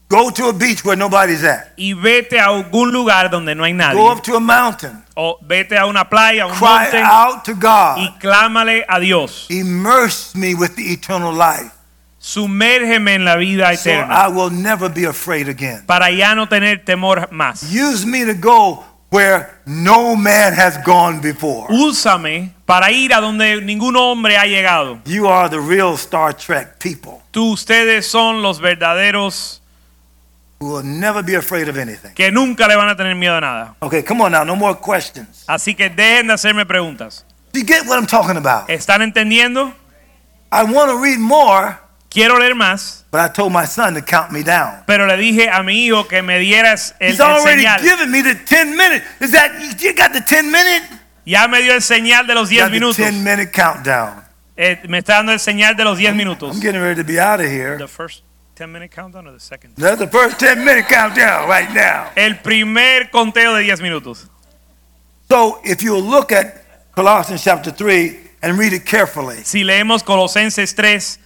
Speaker 1: go to a beach where nobody's at
Speaker 2: y vete a algún lugar donde no hay nadie.
Speaker 1: go up to a mountain
Speaker 2: O vete a una playa, a un
Speaker 1: cry
Speaker 2: monte
Speaker 1: out to
Speaker 2: y
Speaker 1: god
Speaker 2: clámale a Dios.
Speaker 1: immerse me with the eternal life
Speaker 2: Sumérgeme en la vida
Speaker 1: so
Speaker 2: eterna
Speaker 1: i will never be afraid again
Speaker 2: para ya no tener temor más.
Speaker 1: use me to go where no man has gone before
Speaker 2: Úsame para ir a donde ningún hombre ha llegado.
Speaker 1: you are the real star trek people
Speaker 2: Tú, ustedes son los verdaderos
Speaker 1: who will never be afraid of anything
Speaker 2: que nunca le van a tener miedo a nada.
Speaker 1: okay come on now no more questions
Speaker 2: Así que dejen de hacerme preguntas.
Speaker 1: you get what i'm talking about
Speaker 2: ¿Están entendiendo?
Speaker 1: i want to read more
Speaker 2: Quiero leer más.
Speaker 1: but i told my son to count me down
Speaker 2: Pero le dije a mi hijo que me dieras el,
Speaker 1: He's
Speaker 2: el
Speaker 1: already
Speaker 2: señal.
Speaker 1: given me the 10 minute. Is that you got the 10 minute?
Speaker 2: Ya me dio el señal de los 10
Speaker 1: Got the
Speaker 2: minutos.
Speaker 1: 10 minute countdown.
Speaker 2: Eh, me está dando el señal de los 10 minutos.
Speaker 1: I'm getting ready to be out of here.
Speaker 2: The first 10 minute countdown or the second?
Speaker 1: That's the first 10 minute countdown right now.
Speaker 2: El primer conteo de 10 minutos.
Speaker 1: So if you'll look at Colossians chapter 3 and read it carefully.
Speaker 2: Si leemos Colosenses 3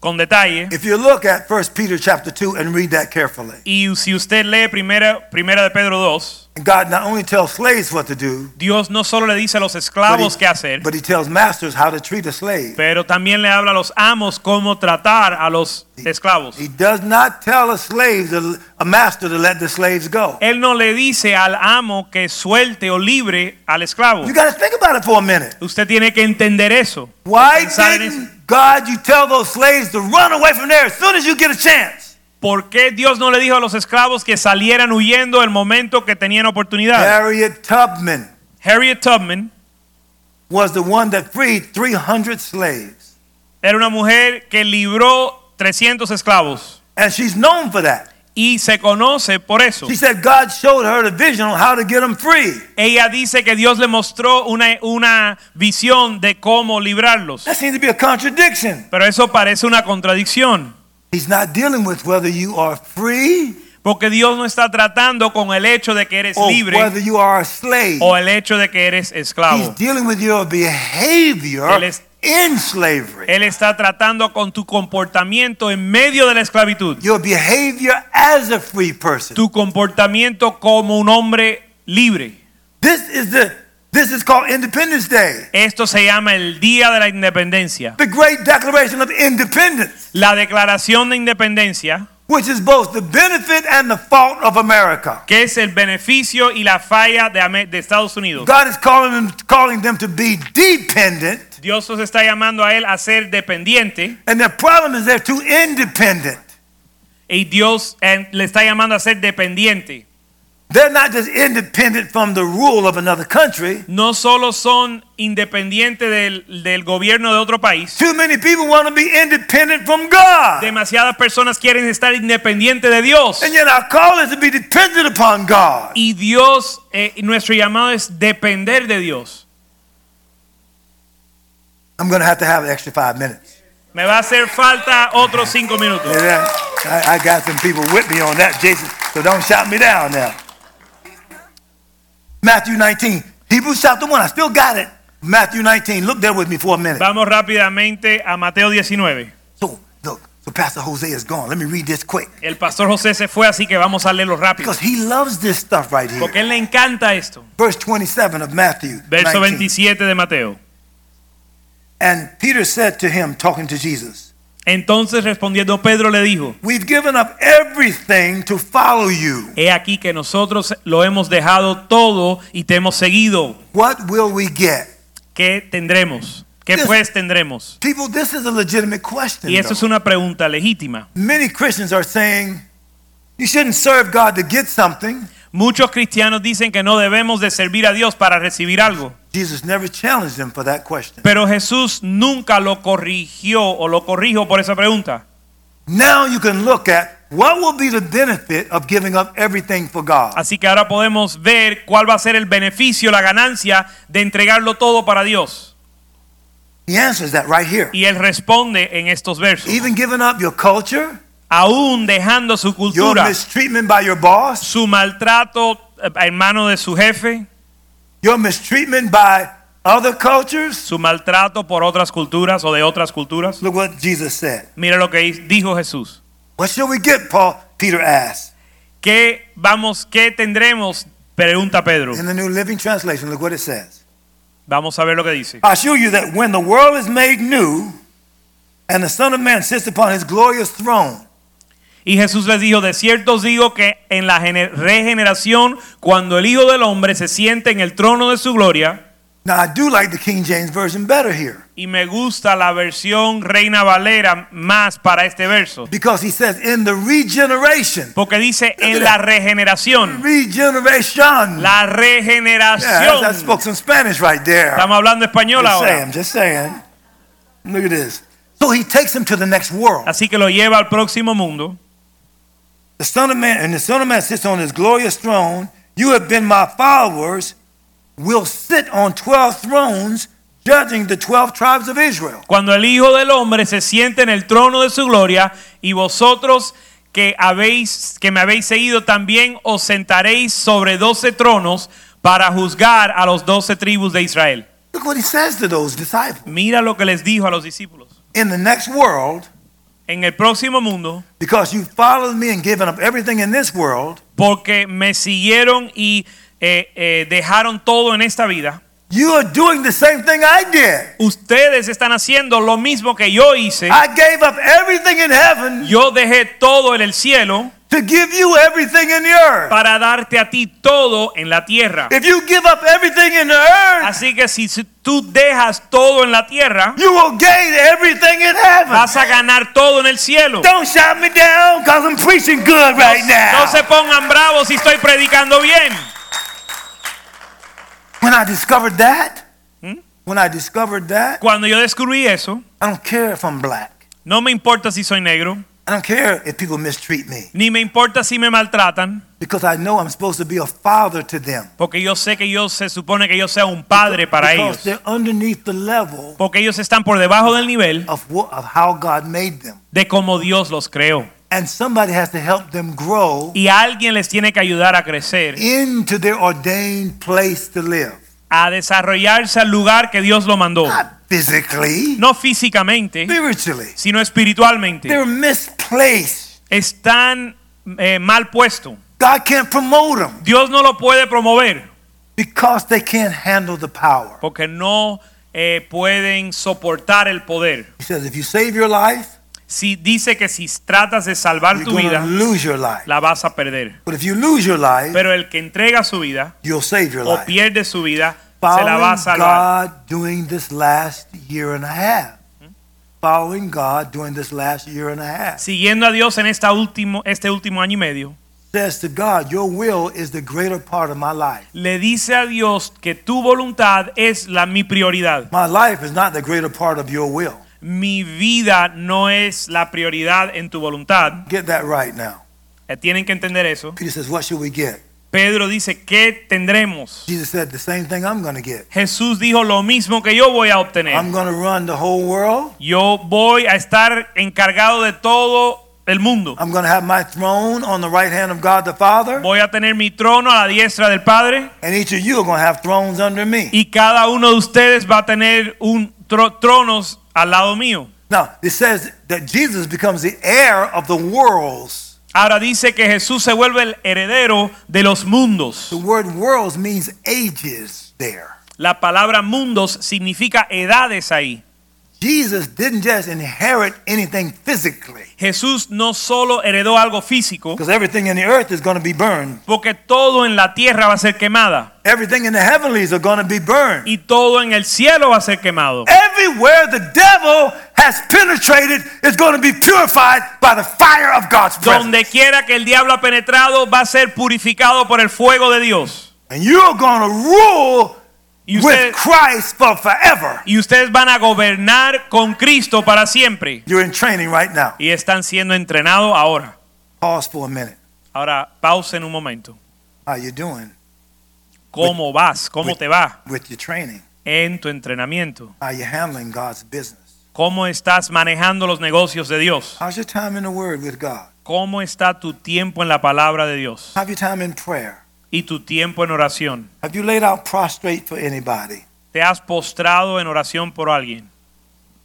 Speaker 2: con detalle
Speaker 1: If you look at 1 Peter chapter 2 and read that carefully.
Speaker 2: y si usted lee primera, primera de Pedro 2,
Speaker 1: God not only tells slaves what to do,
Speaker 2: Dios no solo le dice a los
Speaker 1: but
Speaker 2: esclavos qué
Speaker 1: he,
Speaker 2: hacer,
Speaker 1: but he tells masters how to treat a slave.
Speaker 2: pero también le habla a los amos cómo tratar a los esclavos.
Speaker 1: He does not tell a slave, to, a master to let the slaves go.
Speaker 2: Él no le dice al amo que suelte o libre al esclavo.
Speaker 1: You got to think about it for a minute.
Speaker 2: Usted tiene que entender eso.
Speaker 1: Why
Speaker 2: pensar en eso.
Speaker 1: didn't God you tell those slaves to run away from there as soon as you get a chance?
Speaker 2: ¿Por qué Dios no le dijo a los esclavos que salieran huyendo el momento que tenían oportunidad?
Speaker 1: Harriet Tubman
Speaker 2: Harriet Tubman
Speaker 1: was the one that freed 300 slaves.
Speaker 2: era una mujer que libró 300 esclavos
Speaker 1: And she's known for that.
Speaker 2: y se conoce por eso.
Speaker 1: She said God showed her the vision on how to get them free.
Speaker 2: Ella dice que Dios le mostró una, una visión de cómo librarlos.
Speaker 1: That seems to be a contradiction.
Speaker 2: Pero eso parece una contradicción,
Speaker 1: He's not dealing with whether you are free
Speaker 2: porque Dios no está tratando con el hecho de que eres
Speaker 1: or
Speaker 2: libre Oh,
Speaker 1: whether you are a slave.
Speaker 2: o el hecho de que eres
Speaker 1: He's
Speaker 2: esclavo.
Speaker 1: dealing with your behavior
Speaker 2: Él es-
Speaker 1: in slavery,
Speaker 2: Él está tratando con tu comportamiento en medio de la esclavitud.
Speaker 1: your behavior as a free person.
Speaker 2: Tu comportamiento como un hombre libre.
Speaker 1: This is the this is called Independence Day.
Speaker 2: Esto se llama el Día de la Independencia.
Speaker 1: The great declaration of independence,
Speaker 2: La Declaración de Independencia,
Speaker 1: which is both the benefit and the fault of America.
Speaker 2: que es el beneficio y la falla de, Ame- de Estados Unidos.
Speaker 1: God is calling them, calling them to be dependent,
Speaker 2: Dios los está llamando a él a ser dependiente
Speaker 1: and their problem is they're too independent.
Speaker 2: y Dios eh, le está llamando a ser dependiente.
Speaker 1: They're not just independent from the rule of another country.
Speaker 2: No solo son independientes del, del gobierno de otro país,
Speaker 1: Too many people want to be independent from God.
Speaker 2: demasiadas personas quieren estar independientes de Dios.
Speaker 1: And yet our call is to be dependent upon God.
Speaker 2: Y Dios, eh, nuestro llamado es depender de Dios.
Speaker 1: I'm going to have to have an extra five minutes.
Speaker 2: Me va a hacer falta otros cinco minutos.
Speaker 1: Yeah, I, I got some people with me on that, Jason, so don't shout me down now. Matthew 19, Hebrews chapter 1. I still got it. Matthew 19. Look there with me for a minute.
Speaker 2: Vamos rápidamente a Mateo 19.
Speaker 1: So, look, so Pastor Jose is gone. Let me read this quick
Speaker 2: El pastor José se fue, así que vamos a leerlo rápido.
Speaker 1: because he loves this stuff right here.
Speaker 2: Porque él le encanta esto.
Speaker 1: Verse 27 of Matthew.
Speaker 2: Verso
Speaker 1: 19.
Speaker 2: 27 de Mateo.
Speaker 1: And Peter said to him, talking to Jesus,
Speaker 2: Entonces respondiendo Pedro le dijo,
Speaker 1: We've given up everything to follow you.
Speaker 2: he aquí que nosotros lo hemos dejado todo y te hemos seguido.
Speaker 1: What will we get?
Speaker 2: ¿Qué tendremos? ¿Qué
Speaker 1: Yes.
Speaker 2: pues tendremos?
Speaker 1: People, this is a legitimate question.
Speaker 2: Y esto
Speaker 1: though.
Speaker 2: es una pregunta legítima.
Speaker 1: Many Christians are saying, You shouldn't serve God to get something.
Speaker 2: Muchos cristianos dicen que no debemos de servir a Dios para recibir algo.
Speaker 1: Jesus never challenged them for that question.
Speaker 2: Pero Jesús nunca lo corrigió o lo corrijo por esa pregunta.
Speaker 1: Now you can look at what will be the benefit of giving up everything for God.
Speaker 2: Así que ahora podemos ver cuál va a ser el beneficio, la ganancia de entregarlo todo para Dios.
Speaker 1: He answers that right here.
Speaker 2: Y él responde en estos versos.
Speaker 1: Even giving up your culture,
Speaker 2: aún dejando su
Speaker 1: your
Speaker 2: cultura,
Speaker 1: mistreatment by your boss,
Speaker 2: su maltrato eh, en manos de su jefe,
Speaker 1: your mistreatment by other cultures.
Speaker 2: su maltrato por otras culturas o de otras culturas.
Speaker 1: Look what Jesus said.
Speaker 2: Mira lo que hi- dijo Jesús.
Speaker 1: What shall we get, Paul? Peter asked.
Speaker 2: ¿Qué vamos, qué tendremos? Pregunta Pedro.
Speaker 1: In the New Living Translation, look what it says.
Speaker 2: Vamos a ver lo que dice.
Speaker 1: I assure you that when the world is made new and the Son of Man sits upon his glorious throne,
Speaker 2: Y Jesús les dijo, de cierto os digo que en la gene- regeneración, cuando el Hijo del Hombre se siente en el trono de su gloria,
Speaker 1: now I do like the King James Version better here
Speaker 2: y me gusta la versión Reina Valera más para este verso,
Speaker 1: because he says, in the regeneration,
Speaker 2: porque dice en la regeneración.
Speaker 1: regeneration. Yeah,
Speaker 2: La
Speaker 1: that's- I
Speaker 2: regeneración.
Speaker 1: spoke some Spanish right there.
Speaker 2: Estamos hablando español
Speaker 1: Just
Speaker 2: ahora.
Speaker 1: saying, just saying. Look at this. So he takes him to the next world.
Speaker 2: Así que lo lleva al próximo mundo.
Speaker 1: The Son of Man, and the Son of Man sits on his glorious throne. You have been my followers, will sit on 12 thrones, judging the 12 tribes of Israel.
Speaker 2: Cuando el Hijo del Hombre se siente en el trono de su gloria y vosotros que habéis que me habéis seguido también os sentaréis sobre doce tronos para juzgar a los doce tribus de Israel.
Speaker 1: Look what he says to those disciples.
Speaker 2: Mira lo que les dijo a los discípulos.
Speaker 1: In the next world,
Speaker 2: En el próximo mundo,
Speaker 1: because you followed me and given up everything in this world,
Speaker 2: porque me siguieron y eh, eh, dejaron todo en esta vida,
Speaker 1: you are doing the same thing I did.
Speaker 2: ustedes están haciendo lo mismo que yo hice.
Speaker 1: I gave up everything in heaven
Speaker 2: Yo dejé todo en el cielo
Speaker 1: to give you everything in the earth.
Speaker 2: para darte a ti todo en la tierra.
Speaker 1: If you give up everything in the earth,
Speaker 2: Así que si si tú dejas todo en la tierra,
Speaker 1: you will gain everything in heaven.
Speaker 2: vas a ganar todo en el cielo.
Speaker 1: Don't shout me down because I'm preaching good right
Speaker 2: No
Speaker 1: now.
Speaker 2: se pongan bravos si estoy predicando bien.
Speaker 1: When I discovered that, when I discovered that,
Speaker 2: Cuando yo descubrí eso,
Speaker 1: I don't care if I'm black.
Speaker 2: no me importa si soy negro,
Speaker 1: I don't care if people mistreat me
Speaker 2: ni me importa si me maltratan,
Speaker 1: because I know I'm supposed to be a father to them.
Speaker 2: porque yo sé que yo se supone que yo sea un padre para
Speaker 1: because
Speaker 2: ellos,
Speaker 1: they're underneath the level
Speaker 2: porque ellos están por debajo del nivel
Speaker 1: of, what, of how God made them.
Speaker 2: de cómo Dios los creó.
Speaker 1: And somebody has to help them grow
Speaker 2: Y alguien les tiene que ayudar a crecer
Speaker 1: into their ordained place to live.
Speaker 2: a desarrollarse al lugar que Dios lo mandó.
Speaker 1: Not physically,
Speaker 2: No físicamente,
Speaker 1: spiritually.
Speaker 2: sino espiritualmente.
Speaker 1: They're misplaced.
Speaker 2: Están eh, mal puestos.
Speaker 1: God can't promote them
Speaker 2: Dios no lo puede promover
Speaker 1: because they can't handle the power.
Speaker 2: porque no eh, pueden soportar el poder.
Speaker 1: He says, if you save your life,
Speaker 2: Si dice que si tratas de salvar
Speaker 1: you're
Speaker 2: tu
Speaker 1: going to
Speaker 2: vida,
Speaker 1: lose your life.
Speaker 2: la vas a perder.
Speaker 1: But if you lose your life,
Speaker 2: Pero el que entrega su vida
Speaker 1: you'll save your
Speaker 2: o
Speaker 1: life.
Speaker 2: pierde su vida, se la va a
Speaker 1: Following
Speaker 2: salvar.
Speaker 1: God doing this last year and a half.
Speaker 2: Hmm?
Speaker 1: Following God doing this last year and a half.
Speaker 2: Siguiendo a Dios en esta último, este último año y medio,
Speaker 1: Says to God, your will is the greater part of my life.
Speaker 2: le dice a Dios que tu voluntad es la mi prioridad.
Speaker 1: My life is not the greater part of your will.
Speaker 2: Mi vida no es la prioridad en tu voluntad.
Speaker 1: Get that right now.
Speaker 2: Eh, Tienen que entender eso.
Speaker 1: Peter says, what should we get?
Speaker 2: Pedro dice, ¿qué tendremos?
Speaker 1: Jesus said, the same thing I'm going to get.
Speaker 2: Jesús dijo lo mismo que yo voy a
Speaker 1: I'm
Speaker 2: obtener.
Speaker 1: going to run the whole world.
Speaker 2: Yo voy a estar encargado de todo el mundo.
Speaker 1: I'm going to have my throne on the right hand of God the Father.
Speaker 2: Voy a tener mi trono a la diestra del Padre
Speaker 1: And each of you are going to have thrones under me.
Speaker 2: y cada uno de ustedes va a tener un tro- tronos al lado mío.
Speaker 1: Now, it says that Jesus becomes the heir of the worlds.
Speaker 2: Ahora dice que Jesús se vuelve el heredero de los mundos.
Speaker 1: The word worlds means ages there.
Speaker 2: La palabra mundos significa edades ahí.
Speaker 1: Jesus didn't just inherit anything physically,
Speaker 2: Jesús no solo heredó algo físico,
Speaker 1: because everything in the earth is going to be burned.
Speaker 2: porque todo en la tierra va a ser quemada
Speaker 1: Everything in the heavenlies are going to be burned.
Speaker 2: y todo en el cielo va a ser quemado.
Speaker 1: Eh, Everywhere the devil has penetrated is going to be purified by the fire of God's presence.
Speaker 2: Donde quiera que el diablo ha penetrado va a ser purificado por el fuego de Dios.
Speaker 1: And you're going to rule
Speaker 2: Y
Speaker 1: with
Speaker 2: ustedes,
Speaker 1: Christ for forever.
Speaker 2: y ustedes van a gobernar con Cristo para siempre.
Speaker 1: You're in training right now.
Speaker 2: Y están siendo entrenados ahora.
Speaker 1: Pause for a minute.
Speaker 2: Ahora, pausen un momento.
Speaker 1: How you doing
Speaker 2: ¿Cómo vas? ¿Cómo te va
Speaker 1: with your training?
Speaker 2: en tu entrenamiento?
Speaker 1: How you handling God's business?
Speaker 2: ¿Cómo estás manejando los negocios de Dios?
Speaker 1: How's your time in the Word with God?
Speaker 2: ¿Cómo está tu tiempo en la palabra de Dios?
Speaker 1: How's your time in prayer?
Speaker 2: ¿Y tu tiempo en oración?
Speaker 1: Have you laid out prostrate for anybody?
Speaker 2: ¿Te has postrado en oración por alguien?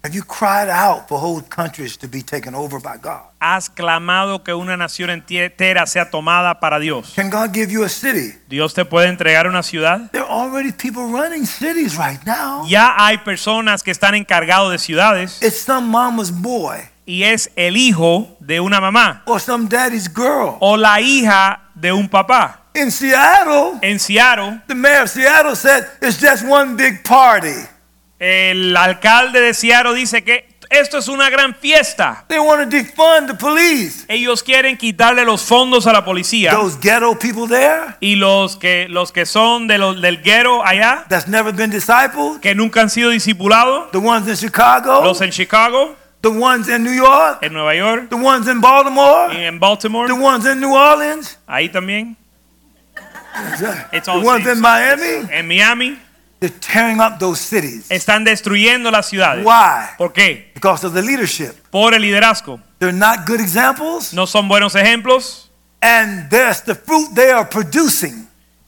Speaker 1: Have you cried out for whole countries to be taken over by God?
Speaker 2: ¿Has clamado que una nación entera sea tomada para Dios?
Speaker 1: Can God give you a city?
Speaker 2: Dios te puede entregar una ciudad.
Speaker 1: There are already people running cities right now.
Speaker 2: Ya hay personas que están encargados de ciudades
Speaker 1: It's some mama's boy
Speaker 2: y es el hijo de una mamá
Speaker 1: or some daddy's girl.
Speaker 2: o la hija de un papá.
Speaker 1: In Seattle,
Speaker 2: En Seattle,
Speaker 1: the mayor of Seattle said it's just one big party.
Speaker 2: el alcalde de Seattle dice que esto es una gran fiesta.
Speaker 1: They want to defund the police.
Speaker 2: Ellos quieren quitarle los fondos a la policía
Speaker 1: Those ghetto people there
Speaker 2: y los que los que son de los del guero allá
Speaker 1: that's never been discipled,
Speaker 2: que nunca han sido discipulados,
Speaker 1: the ones in Chicago,
Speaker 2: los en Chicago,
Speaker 1: the ones in New York,
Speaker 2: en Nueva York,
Speaker 1: the ones in
Speaker 2: y
Speaker 1: Baltimore,
Speaker 2: en Baltimore,
Speaker 1: the ones in New Orleans,
Speaker 2: ahí también, It's
Speaker 1: the
Speaker 2: all
Speaker 1: ones
Speaker 2: saints.
Speaker 1: in Miami.
Speaker 2: en Miami.
Speaker 1: They're tearing up those cities.
Speaker 2: están destruyendo las ciudades.
Speaker 1: Why?
Speaker 2: ¿Por qué?
Speaker 1: Because of the leadership.
Speaker 2: Por el liderazgo.
Speaker 1: They're not good examples,
Speaker 2: No son buenos ejemplos
Speaker 1: and that's the fruit they are producing.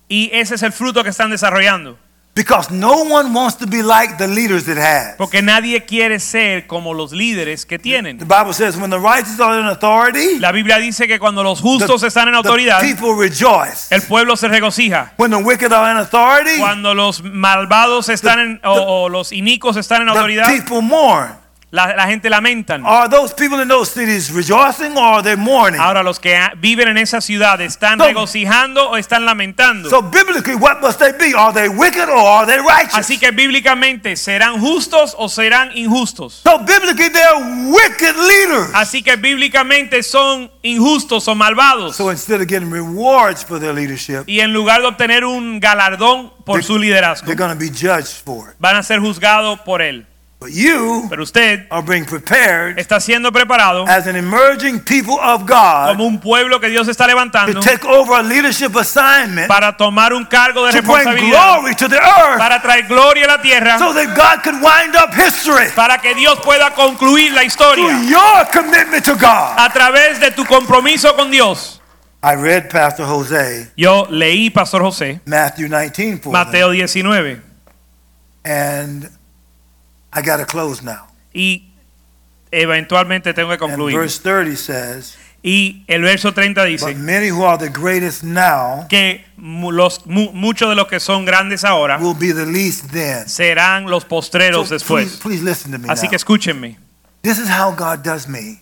Speaker 2: y ese es el fruto que están desarrollando.
Speaker 1: Because no one wants to be like the leaders it has.
Speaker 2: Porque nadie quiere ser como los líderes que
Speaker 1: The
Speaker 2: tienen.
Speaker 1: Bible says when the righteous are in authority,
Speaker 2: La Biblia dice que cuando los
Speaker 1: the,
Speaker 2: justos están en
Speaker 1: the
Speaker 2: autoridad,
Speaker 1: people rejoice.
Speaker 2: el pueblo se regocija.
Speaker 1: When the wicked are in authority,
Speaker 2: Cuando los malvados están en, o, o los inicos están en
Speaker 1: the
Speaker 2: autoridad,
Speaker 1: people mourn.
Speaker 2: la, la gente lamentan.
Speaker 1: Are those people in those cities rejoicing or are they mourning?
Speaker 2: Ahora los que ah, viven en esa ciudad están
Speaker 1: So-
Speaker 2: regocijando o están lamentando.
Speaker 1: So biblically, what must they be? Are they wicked or are they righteous?
Speaker 2: Así que bíblicamente serán justos o serán injustos.
Speaker 1: So biblically, they're wicked leaders.
Speaker 2: Así que bíblicamente son injustos o malvados.
Speaker 1: So instead of getting rewards for their leadership,
Speaker 2: y en lugar de obtener un galardón por
Speaker 1: They-
Speaker 2: su liderazgo,
Speaker 1: they're going to be judged for it.
Speaker 2: van a ser juzgados por él.
Speaker 1: But you
Speaker 2: Pero usted
Speaker 1: are being prepared
Speaker 2: está siendo preparado
Speaker 1: as an emerging people of God
Speaker 2: como un pueblo que Dios está
Speaker 1: to
Speaker 2: levantando
Speaker 1: take over a leadership assignment
Speaker 2: para tomar un cargo de
Speaker 1: to bring
Speaker 2: responsabilidad,
Speaker 1: glory to the earth
Speaker 2: para traer gloria a la tierra,
Speaker 1: so that God could wind up history
Speaker 2: para que Dios pueda concluir la
Speaker 1: through
Speaker 2: historia
Speaker 1: your commitment to God.
Speaker 2: a través de tu compromiso con Dios.
Speaker 1: I read Pastor Jose
Speaker 2: Yo leí, Pastor José,
Speaker 1: Matthew 19 for them.
Speaker 2: Mateo 19.
Speaker 1: And I got to close now.
Speaker 2: Y eventualmente tengo que
Speaker 1: And
Speaker 2: concluir.
Speaker 1: verse 30 says,
Speaker 2: Y el verso 30
Speaker 1: But
Speaker 2: dice
Speaker 1: many who are the greatest now
Speaker 2: que mu- los, mu- muchos de los que son grandes ahora
Speaker 1: will be the least then.
Speaker 2: serán los
Speaker 1: So
Speaker 2: postreros
Speaker 1: please,
Speaker 2: después.
Speaker 1: please listen to me.
Speaker 2: Así
Speaker 1: now.
Speaker 2: que escúchenme.
Speaker 1: This is how God does me.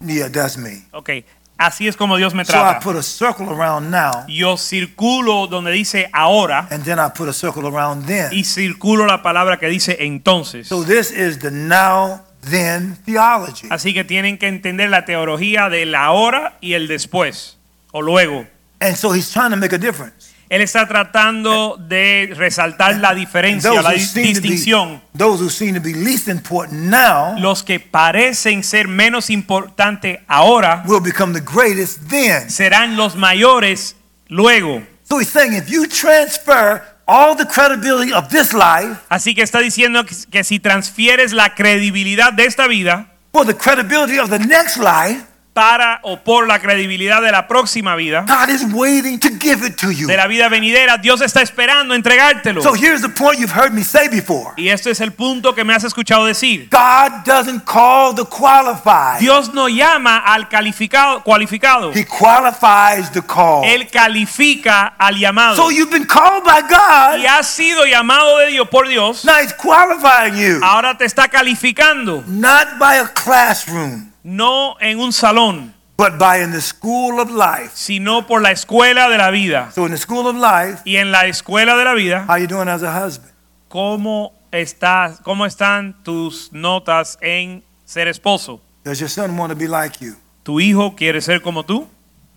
Speaker 1: Yeah, does me.
Speaker 2: Ok, así es como Dios me
Speaker 1: So I
Speaker 2: trata.
Speaker 1: put a circle around now,
Speaker 2: Yo circulo donde dice ahora
Speaker 1: and then I put a circle around then.
Speaker 2: y circulo la palabra que dice entonces.
Speaker 1: So this is the now then theology.
Speaker 2: Así que tienen que entender la teología del ahora y el después o luego.
Speaker 1: And so he's trying to make a difference.
Speaker 2: Él está tratando de resaltar la
Speaker 1: And
Speaker 2: diferencia, la dis-
Speaker 1: to be,
Speaker 2: distinción.
Speaker 1: those who seem to be least important now
Speaker 2: Los que parecen ser menos importantes ahora
Speaker 1: will become the greatest then.
Speaker 2: serán los mayores luego.
Speaker 1: So he's saying if you transfer all the credibility of this life
Speaker 2: Así que está diciendo que- que si transfieres la credibilidad de esta vida
Speaker 1: for the credibility of the next life,
Speaker 2: para o por la credibilidad de la próxima vida,
Speaker 1: God is waiting to give it to you.
Speaker 2: de la vida venidera, Dios está esperando entregártelo.
Speaker 1: So here's the point you've heard me say before.
Speaker 2: Y esto es el punto que me has escuchado decir.
Speaker 1: God doesn't call the qualified.
Speaker 2: Dios no llama al calificado, cualificado.
Speaker 1: He qualifies the call.
Speaker 2: Él califica al llamado.
Speaker 1: So you've been called by God.
Speaker 2: Y has sido llamado de Dios por Dios.
Speaker 1: Now he's qualifying you.
Speaker 2: Ahora te está calificando,
Speaker 1: Not by a classroom,
Speaker 2: no en un salón,
Speaker 1: but by in the school of life.
Speaker 2: sino por la escuela de la vida.
Speaker 1: So in the school of life,
Speaker 2: Y en la escuela de la vida,
Speaker 1: how you doing as a husband?
Speaker 2: ¿cómo estás? ¿Cómo están tus notas en ser esposo?
Speaker 1: Does your son want to be like you?
Speaker 2: ¿Tu hijo quiere ser como tú?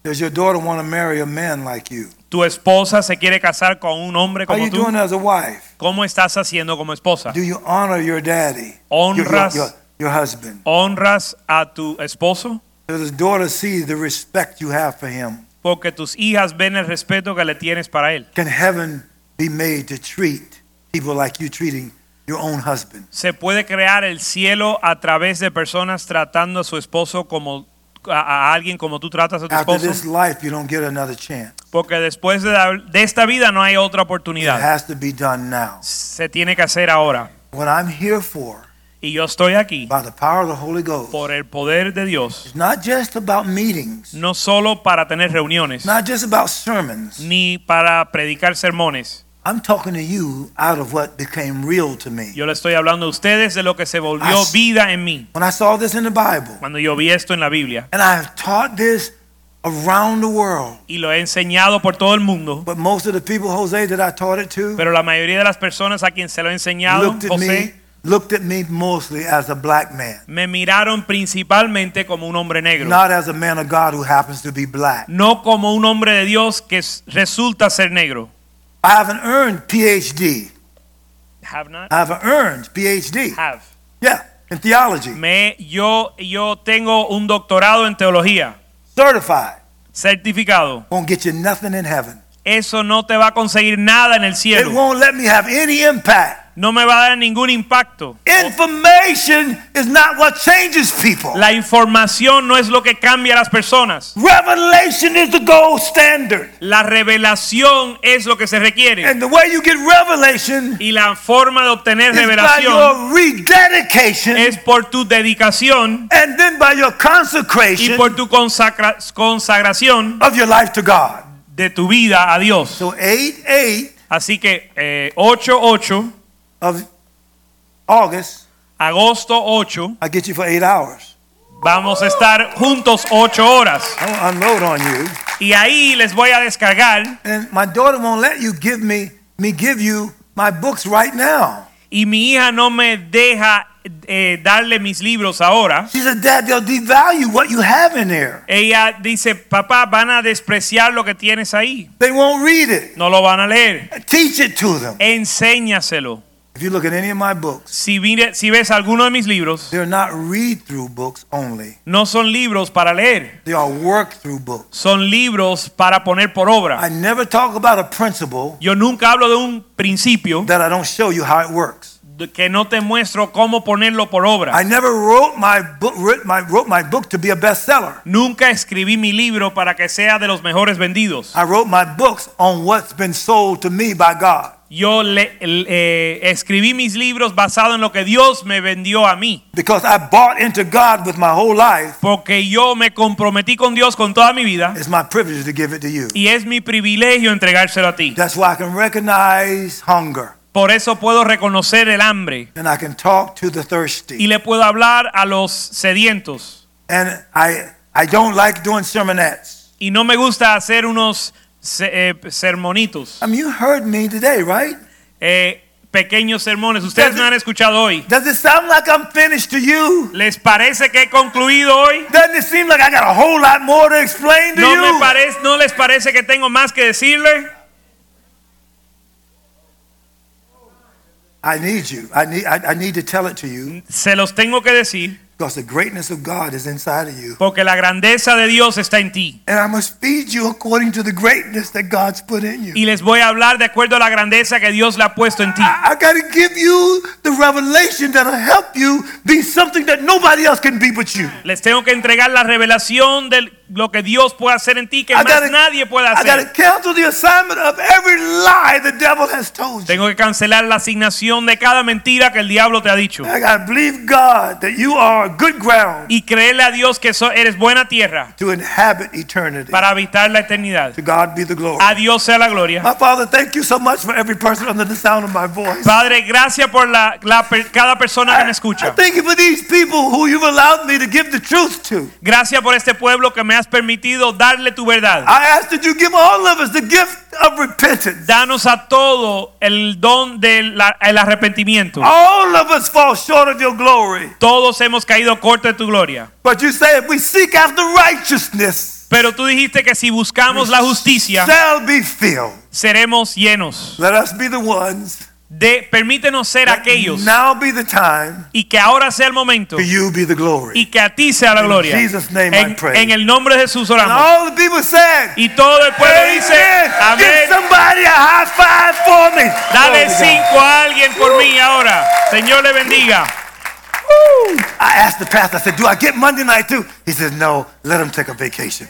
Speaker 1: Does your daughter want to marry a man like you?
Speaker 2: ¿Tu esposa se quiere casar con un hombre
Speaker 1: How you
Speaker 2: como tú?
Speaker 1: doing as a wife?
Speaker 2: ¿Cómo estás haciendo como esposa?
Speaker 1: Do you honor your daddy? Your, your-
Speaker 2: Honras
Speaker 1: your- your husband.
Speaker 2: honras a tu esposo
Speaker 1: Does his daughter see the respect you have for him?
Speaker 2: porque tus hijas ven el respeto que le tienes para él.
Speaker 1: Can heaven be made to treat people like you treating your own husband?
Speaker 2: Se puede crear el cielo a través de personas tratando a su esposo como a, a alguien como tú tratas a tu
Speaker 1: After this
Speaker 2: esposo,
Speaker 1: life, you don't get another chance.
Speaker 2: porque después de, la- de esta vida no hay otra
Speaker 1: It
Speaker 2: oportunidad.
Speaker 1: has to be done now.
Speaker 2: Se tiene que hacer ahora.
Speaker 1: What I'm here for,
Speaker 2: Y yo estoy aquí
Speaker 1: by the power of the Holy Ghost,
Speaker 2: por el poder de Dios,
Speaker 1: is not just about meetings,
Speaker 2: no solo para tener reuniones
Speaker 1: not just about sermons.
Speaker 2: ni para predicar sermones.
Speaker 1: I'm talking to you out of what became real to me.
Speaker 2: Yo le estoy hablando a ustedes de lo que se volvió
Speaker 1: As-
Speaker 2: vida en mí
Speaker 1: When I saw this in the Bible,
Speaker 2: cuando yo vi esto en la Biblia.
Speaker 1: and I have taught this around the world,
Speaker 2: y lo he enseñado por todo el mundo,
Speaker 1: but most of the people, Jose, that I taught it to,
Speaker 2: pero la mayoría de las personas a quien se lo he enseñado,
Speaker 1: looked at me,
Speaker 2: José,
Speaker 1: looked at me mostly as a black man,
Speaker 2: me miraron principalmente como un hombre negro,
Speaker 1: not as a man of God who happens to be black.
Speaker 2: no como un hombre de Dios que s- resulta ser negro.
Speaker 1: I haven't earned PhD.
Speaker 2: Have not,
Speaker 1: I haven't earned PhD.
Speaker 2: have.
Speaker 1: Yeah, in theology,
Speaker 2: Me, yo, yo tengo un doctorado en teología,
Speaker 1: certified.
Speaker 2: certificado.
Speaker 1: Won't get you nothing in heaven.
Speaker 2: Eso no te va a conseguir nada en el
Speaker 1: It
Speaker 2: cielo.
Speaker 1: won't let me have any impact.
Speaker 2: No me va a dar ningún impacto.
Speaker 1: Information is not what changes people.
Speaker 2: La información no es lo que cambia a las personas.
Speaker 1: Revelation is the gold standard.
Speaker 2: La revelación es lo que se requiere.
Speaker 1: And the way you get revelation
Speaker 2: Y la forma de obtener
Speaker 1: is by
Speaker 2: revelación
Speaker 1: your rededication
Speaker 2: es por tu dedicación
Speaker 1: and then by your
Speaker 2: y
Speaker 1: consecration
Speaker 2: por tu consacra- consagración
Speaker 1: of your life to God.
Speaker 2: de tu vida a Dios.
Speaker 1: So 8 8
Speaker 2: Así que eh, 8, 8,
Speaker 1: of August,
Speaker 2: agosto 8,
Speaker 1: I get you for eight hours.
Speaker 2: vamos a estar juntos 8 horas.
Speaker 1: I'm gonna unload on you.
Speaker 2: Y ahí les voy a descargar
Speaker 1: And my daughter won't let you give me me give you my books right now.
Speaker 2: y mi hija no me deja eh, darle mis libros ahora.
Speaker 1: She said, Dad, they'll devalue what you have in there.
Speaker 2: Ella dice, papá, van a despreciar lo que tienes ahí.
Speaker 1: They won't read it.
Speaker 2: No lo van a leer.
Speaker 1: Teach it to them.
Speaker 2: Enséñaselo.
Speaker 1: If you look at any of my books,
Speaker 2: Si, mire- si ves alguno de mis libros,
Speaker 1: they're not read through books only.
Speaker 2: no son libros para leer,
Speaker 1: They are work through books.
Speaker 2: son libros para poner por
Speaker 1: I
Speaker 2: obra.
Speaker 1: never talk about a principle
Speaker 2: Yo nunca hablo de un principio
Speaker 1: that I don't show you how it works.
Speaker 2: de- que no te muestro cómo ponerlo por obra.
Speaker 1: I never wrote my book wrote my, wrote my book to be a bestseller.
Speaker 2: Nunca escribí mi libro para que sea de los mejores vendidos.
Speaker 1: I wrote my books on what's been sold to me by God.
Speaker 2: yo le- el- eh, escribí mis libros basado en lo que Dios me vendió a mí.
Speaker 1: because I bought into God with my whole life.
Speaker 2: Porque yo me comprometí con Dios con toda mi vida
Speaker 1: It's my privilege to give it to you.
Speaker 2: y es mi privilegio entregárselo a ti.
Speaker 1: That's why I can recognize hunger
Speaker 2: Por eso puedo reconocer el hambre
Speaker 1: and I can talk to the
Speaker 2: y
Speaker 1: thirsty.
Speaker 2: le puedo hablar a los sedientos.
Speaker 1: And I, I don't like doing sermonettes.
Speaker 2: Y no me gusta hacer unos se- eh, sermonitos,
Speaker 1: I mean, Um, you heard me today, right?
Speaker 2: eh, pequeños sermones. Ustedes me han escuchado hoy.
Speaker 1: Does it sound like I'm finished to you?
Speaker 2: ¿Les parece que he concluido hoy?
Speaker 1: Doesn't it seem like I got a whole lot more to explain to
Speaker 2: ¿No, me
Speaker 1: you?
Speaker 2: parece, ¿No les parece que tengo más que decirle?
Speaker 1: I need you. I need, I, I need to tell it to you
Speaker 2: Se los tengo que decir
Speaker 1: because the greatness of God is inside of you.
Speaker 2: porque la grandeza de Dios está en ti.
Speaker 1: And I must feed you according to the greatness that God's put in you.
Speaker 2: Y les voy a hablar de acuerdo a la grandeza que Dios le ha puesto en ti.
Speaker 1: I, I got to give you the revelation that'll help you be something that nobody else can be but you.
Speaker 2: Les tengo que entregar la revelación de lo que Dios puede hacer en ti que
Speaker 1: I
Speaker 2: más
Speaker 1: gotta-
Speaker 2: nadie puede
Speaker 1: I got to
Speaker 2: hacer.
Speaker 1: cancel the assignment of every lie the devil has told you.
Speaker 2: Tengo que cancelar la asignación de cada mentira que el diablo te ha dicho
Speaker 1: I got to believe God that you are good ground
Speaker 2: y creerle a Dios que so- eres buena tierra
Speaker 1: to inhabit eternity.
Speaker 2: para habitar la eternidad.
Speaker 1: To God be the glory.
Speaker 2: A Dios sea la gloria.
Speaker 1: My Father, thank you so much for every person under the sound of my voice.
Speaker 2: Padre, gracias por la, la per- cada persona que me
Speaker 1: I
Speaker 2: escucha.
Speaker 1: thank you for these people who you've allowed me to give the truth to.
Speaker 2: Gracias por este pueblo que me has permitido darle tu verdad.
Speaker 1: I ask that you give all of us the gift of repentance.
Speaker 2: Danos a todo el don del la- el arrepentimiento.
Speaker 1: All of us fall short of your glory.
Speaker 2: Todos hemos caído corto de tu gloria.
Speaker 1: But you say if we seek after righteousness,
Speaker 2: Pero tú dijiste que si buscamos la justicia,
Speaker 1: shall be filled.
Speaker 2: seremos llenos.
Speaker 1: Let us be the ones.
Speaker 2: De, permítenos ser aquellos
Speaker 1: Now be the time
Speaker 2: y que ahora sea el momento
Speaker 1: for you be the glory.
Speaker 2: y que a ti sea la
Speaker 1: In
Speaker 2: gloria.
Speaker 1: Jesus' name I
Speaker 2: En-
Speaker 1: pray.
Speaker 2: en el nombre de Jesús
Speaker 1: And
Speaker 2: oramos.
Speaker 1: all the people said,
Speaker 2: Y todo el pueblo dice,
Speaker 1: Amen. Give
Speaker 2: amén.
Speaker 1: somebody a high five for me. Glory
Speaker 2: Dale
Speaker 1: to God.
Speaker 2: cinco a alguien por mí ahora. Señor le bendiga.
Speaker 1: I asked the pastor, I said, Do I get Monday night too? He said, No, let him take a vacation.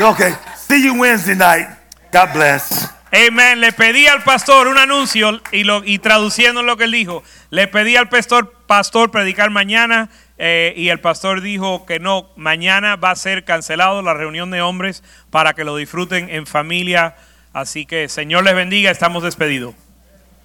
Speaker 1: Okay, see you Wednesday night. God bless.
Speaker 2: Amen. Le pedí al pastor un anuncio y, lo, y traduciendo lo que él dijo, le pedí al pastor, pastor predicar mañana eh, y el pastor dijo que no, mañana va a ser cancelado la reunión de hombres para que lo disfruten en familia. Así que Señor les bendiga, estamos despedidos.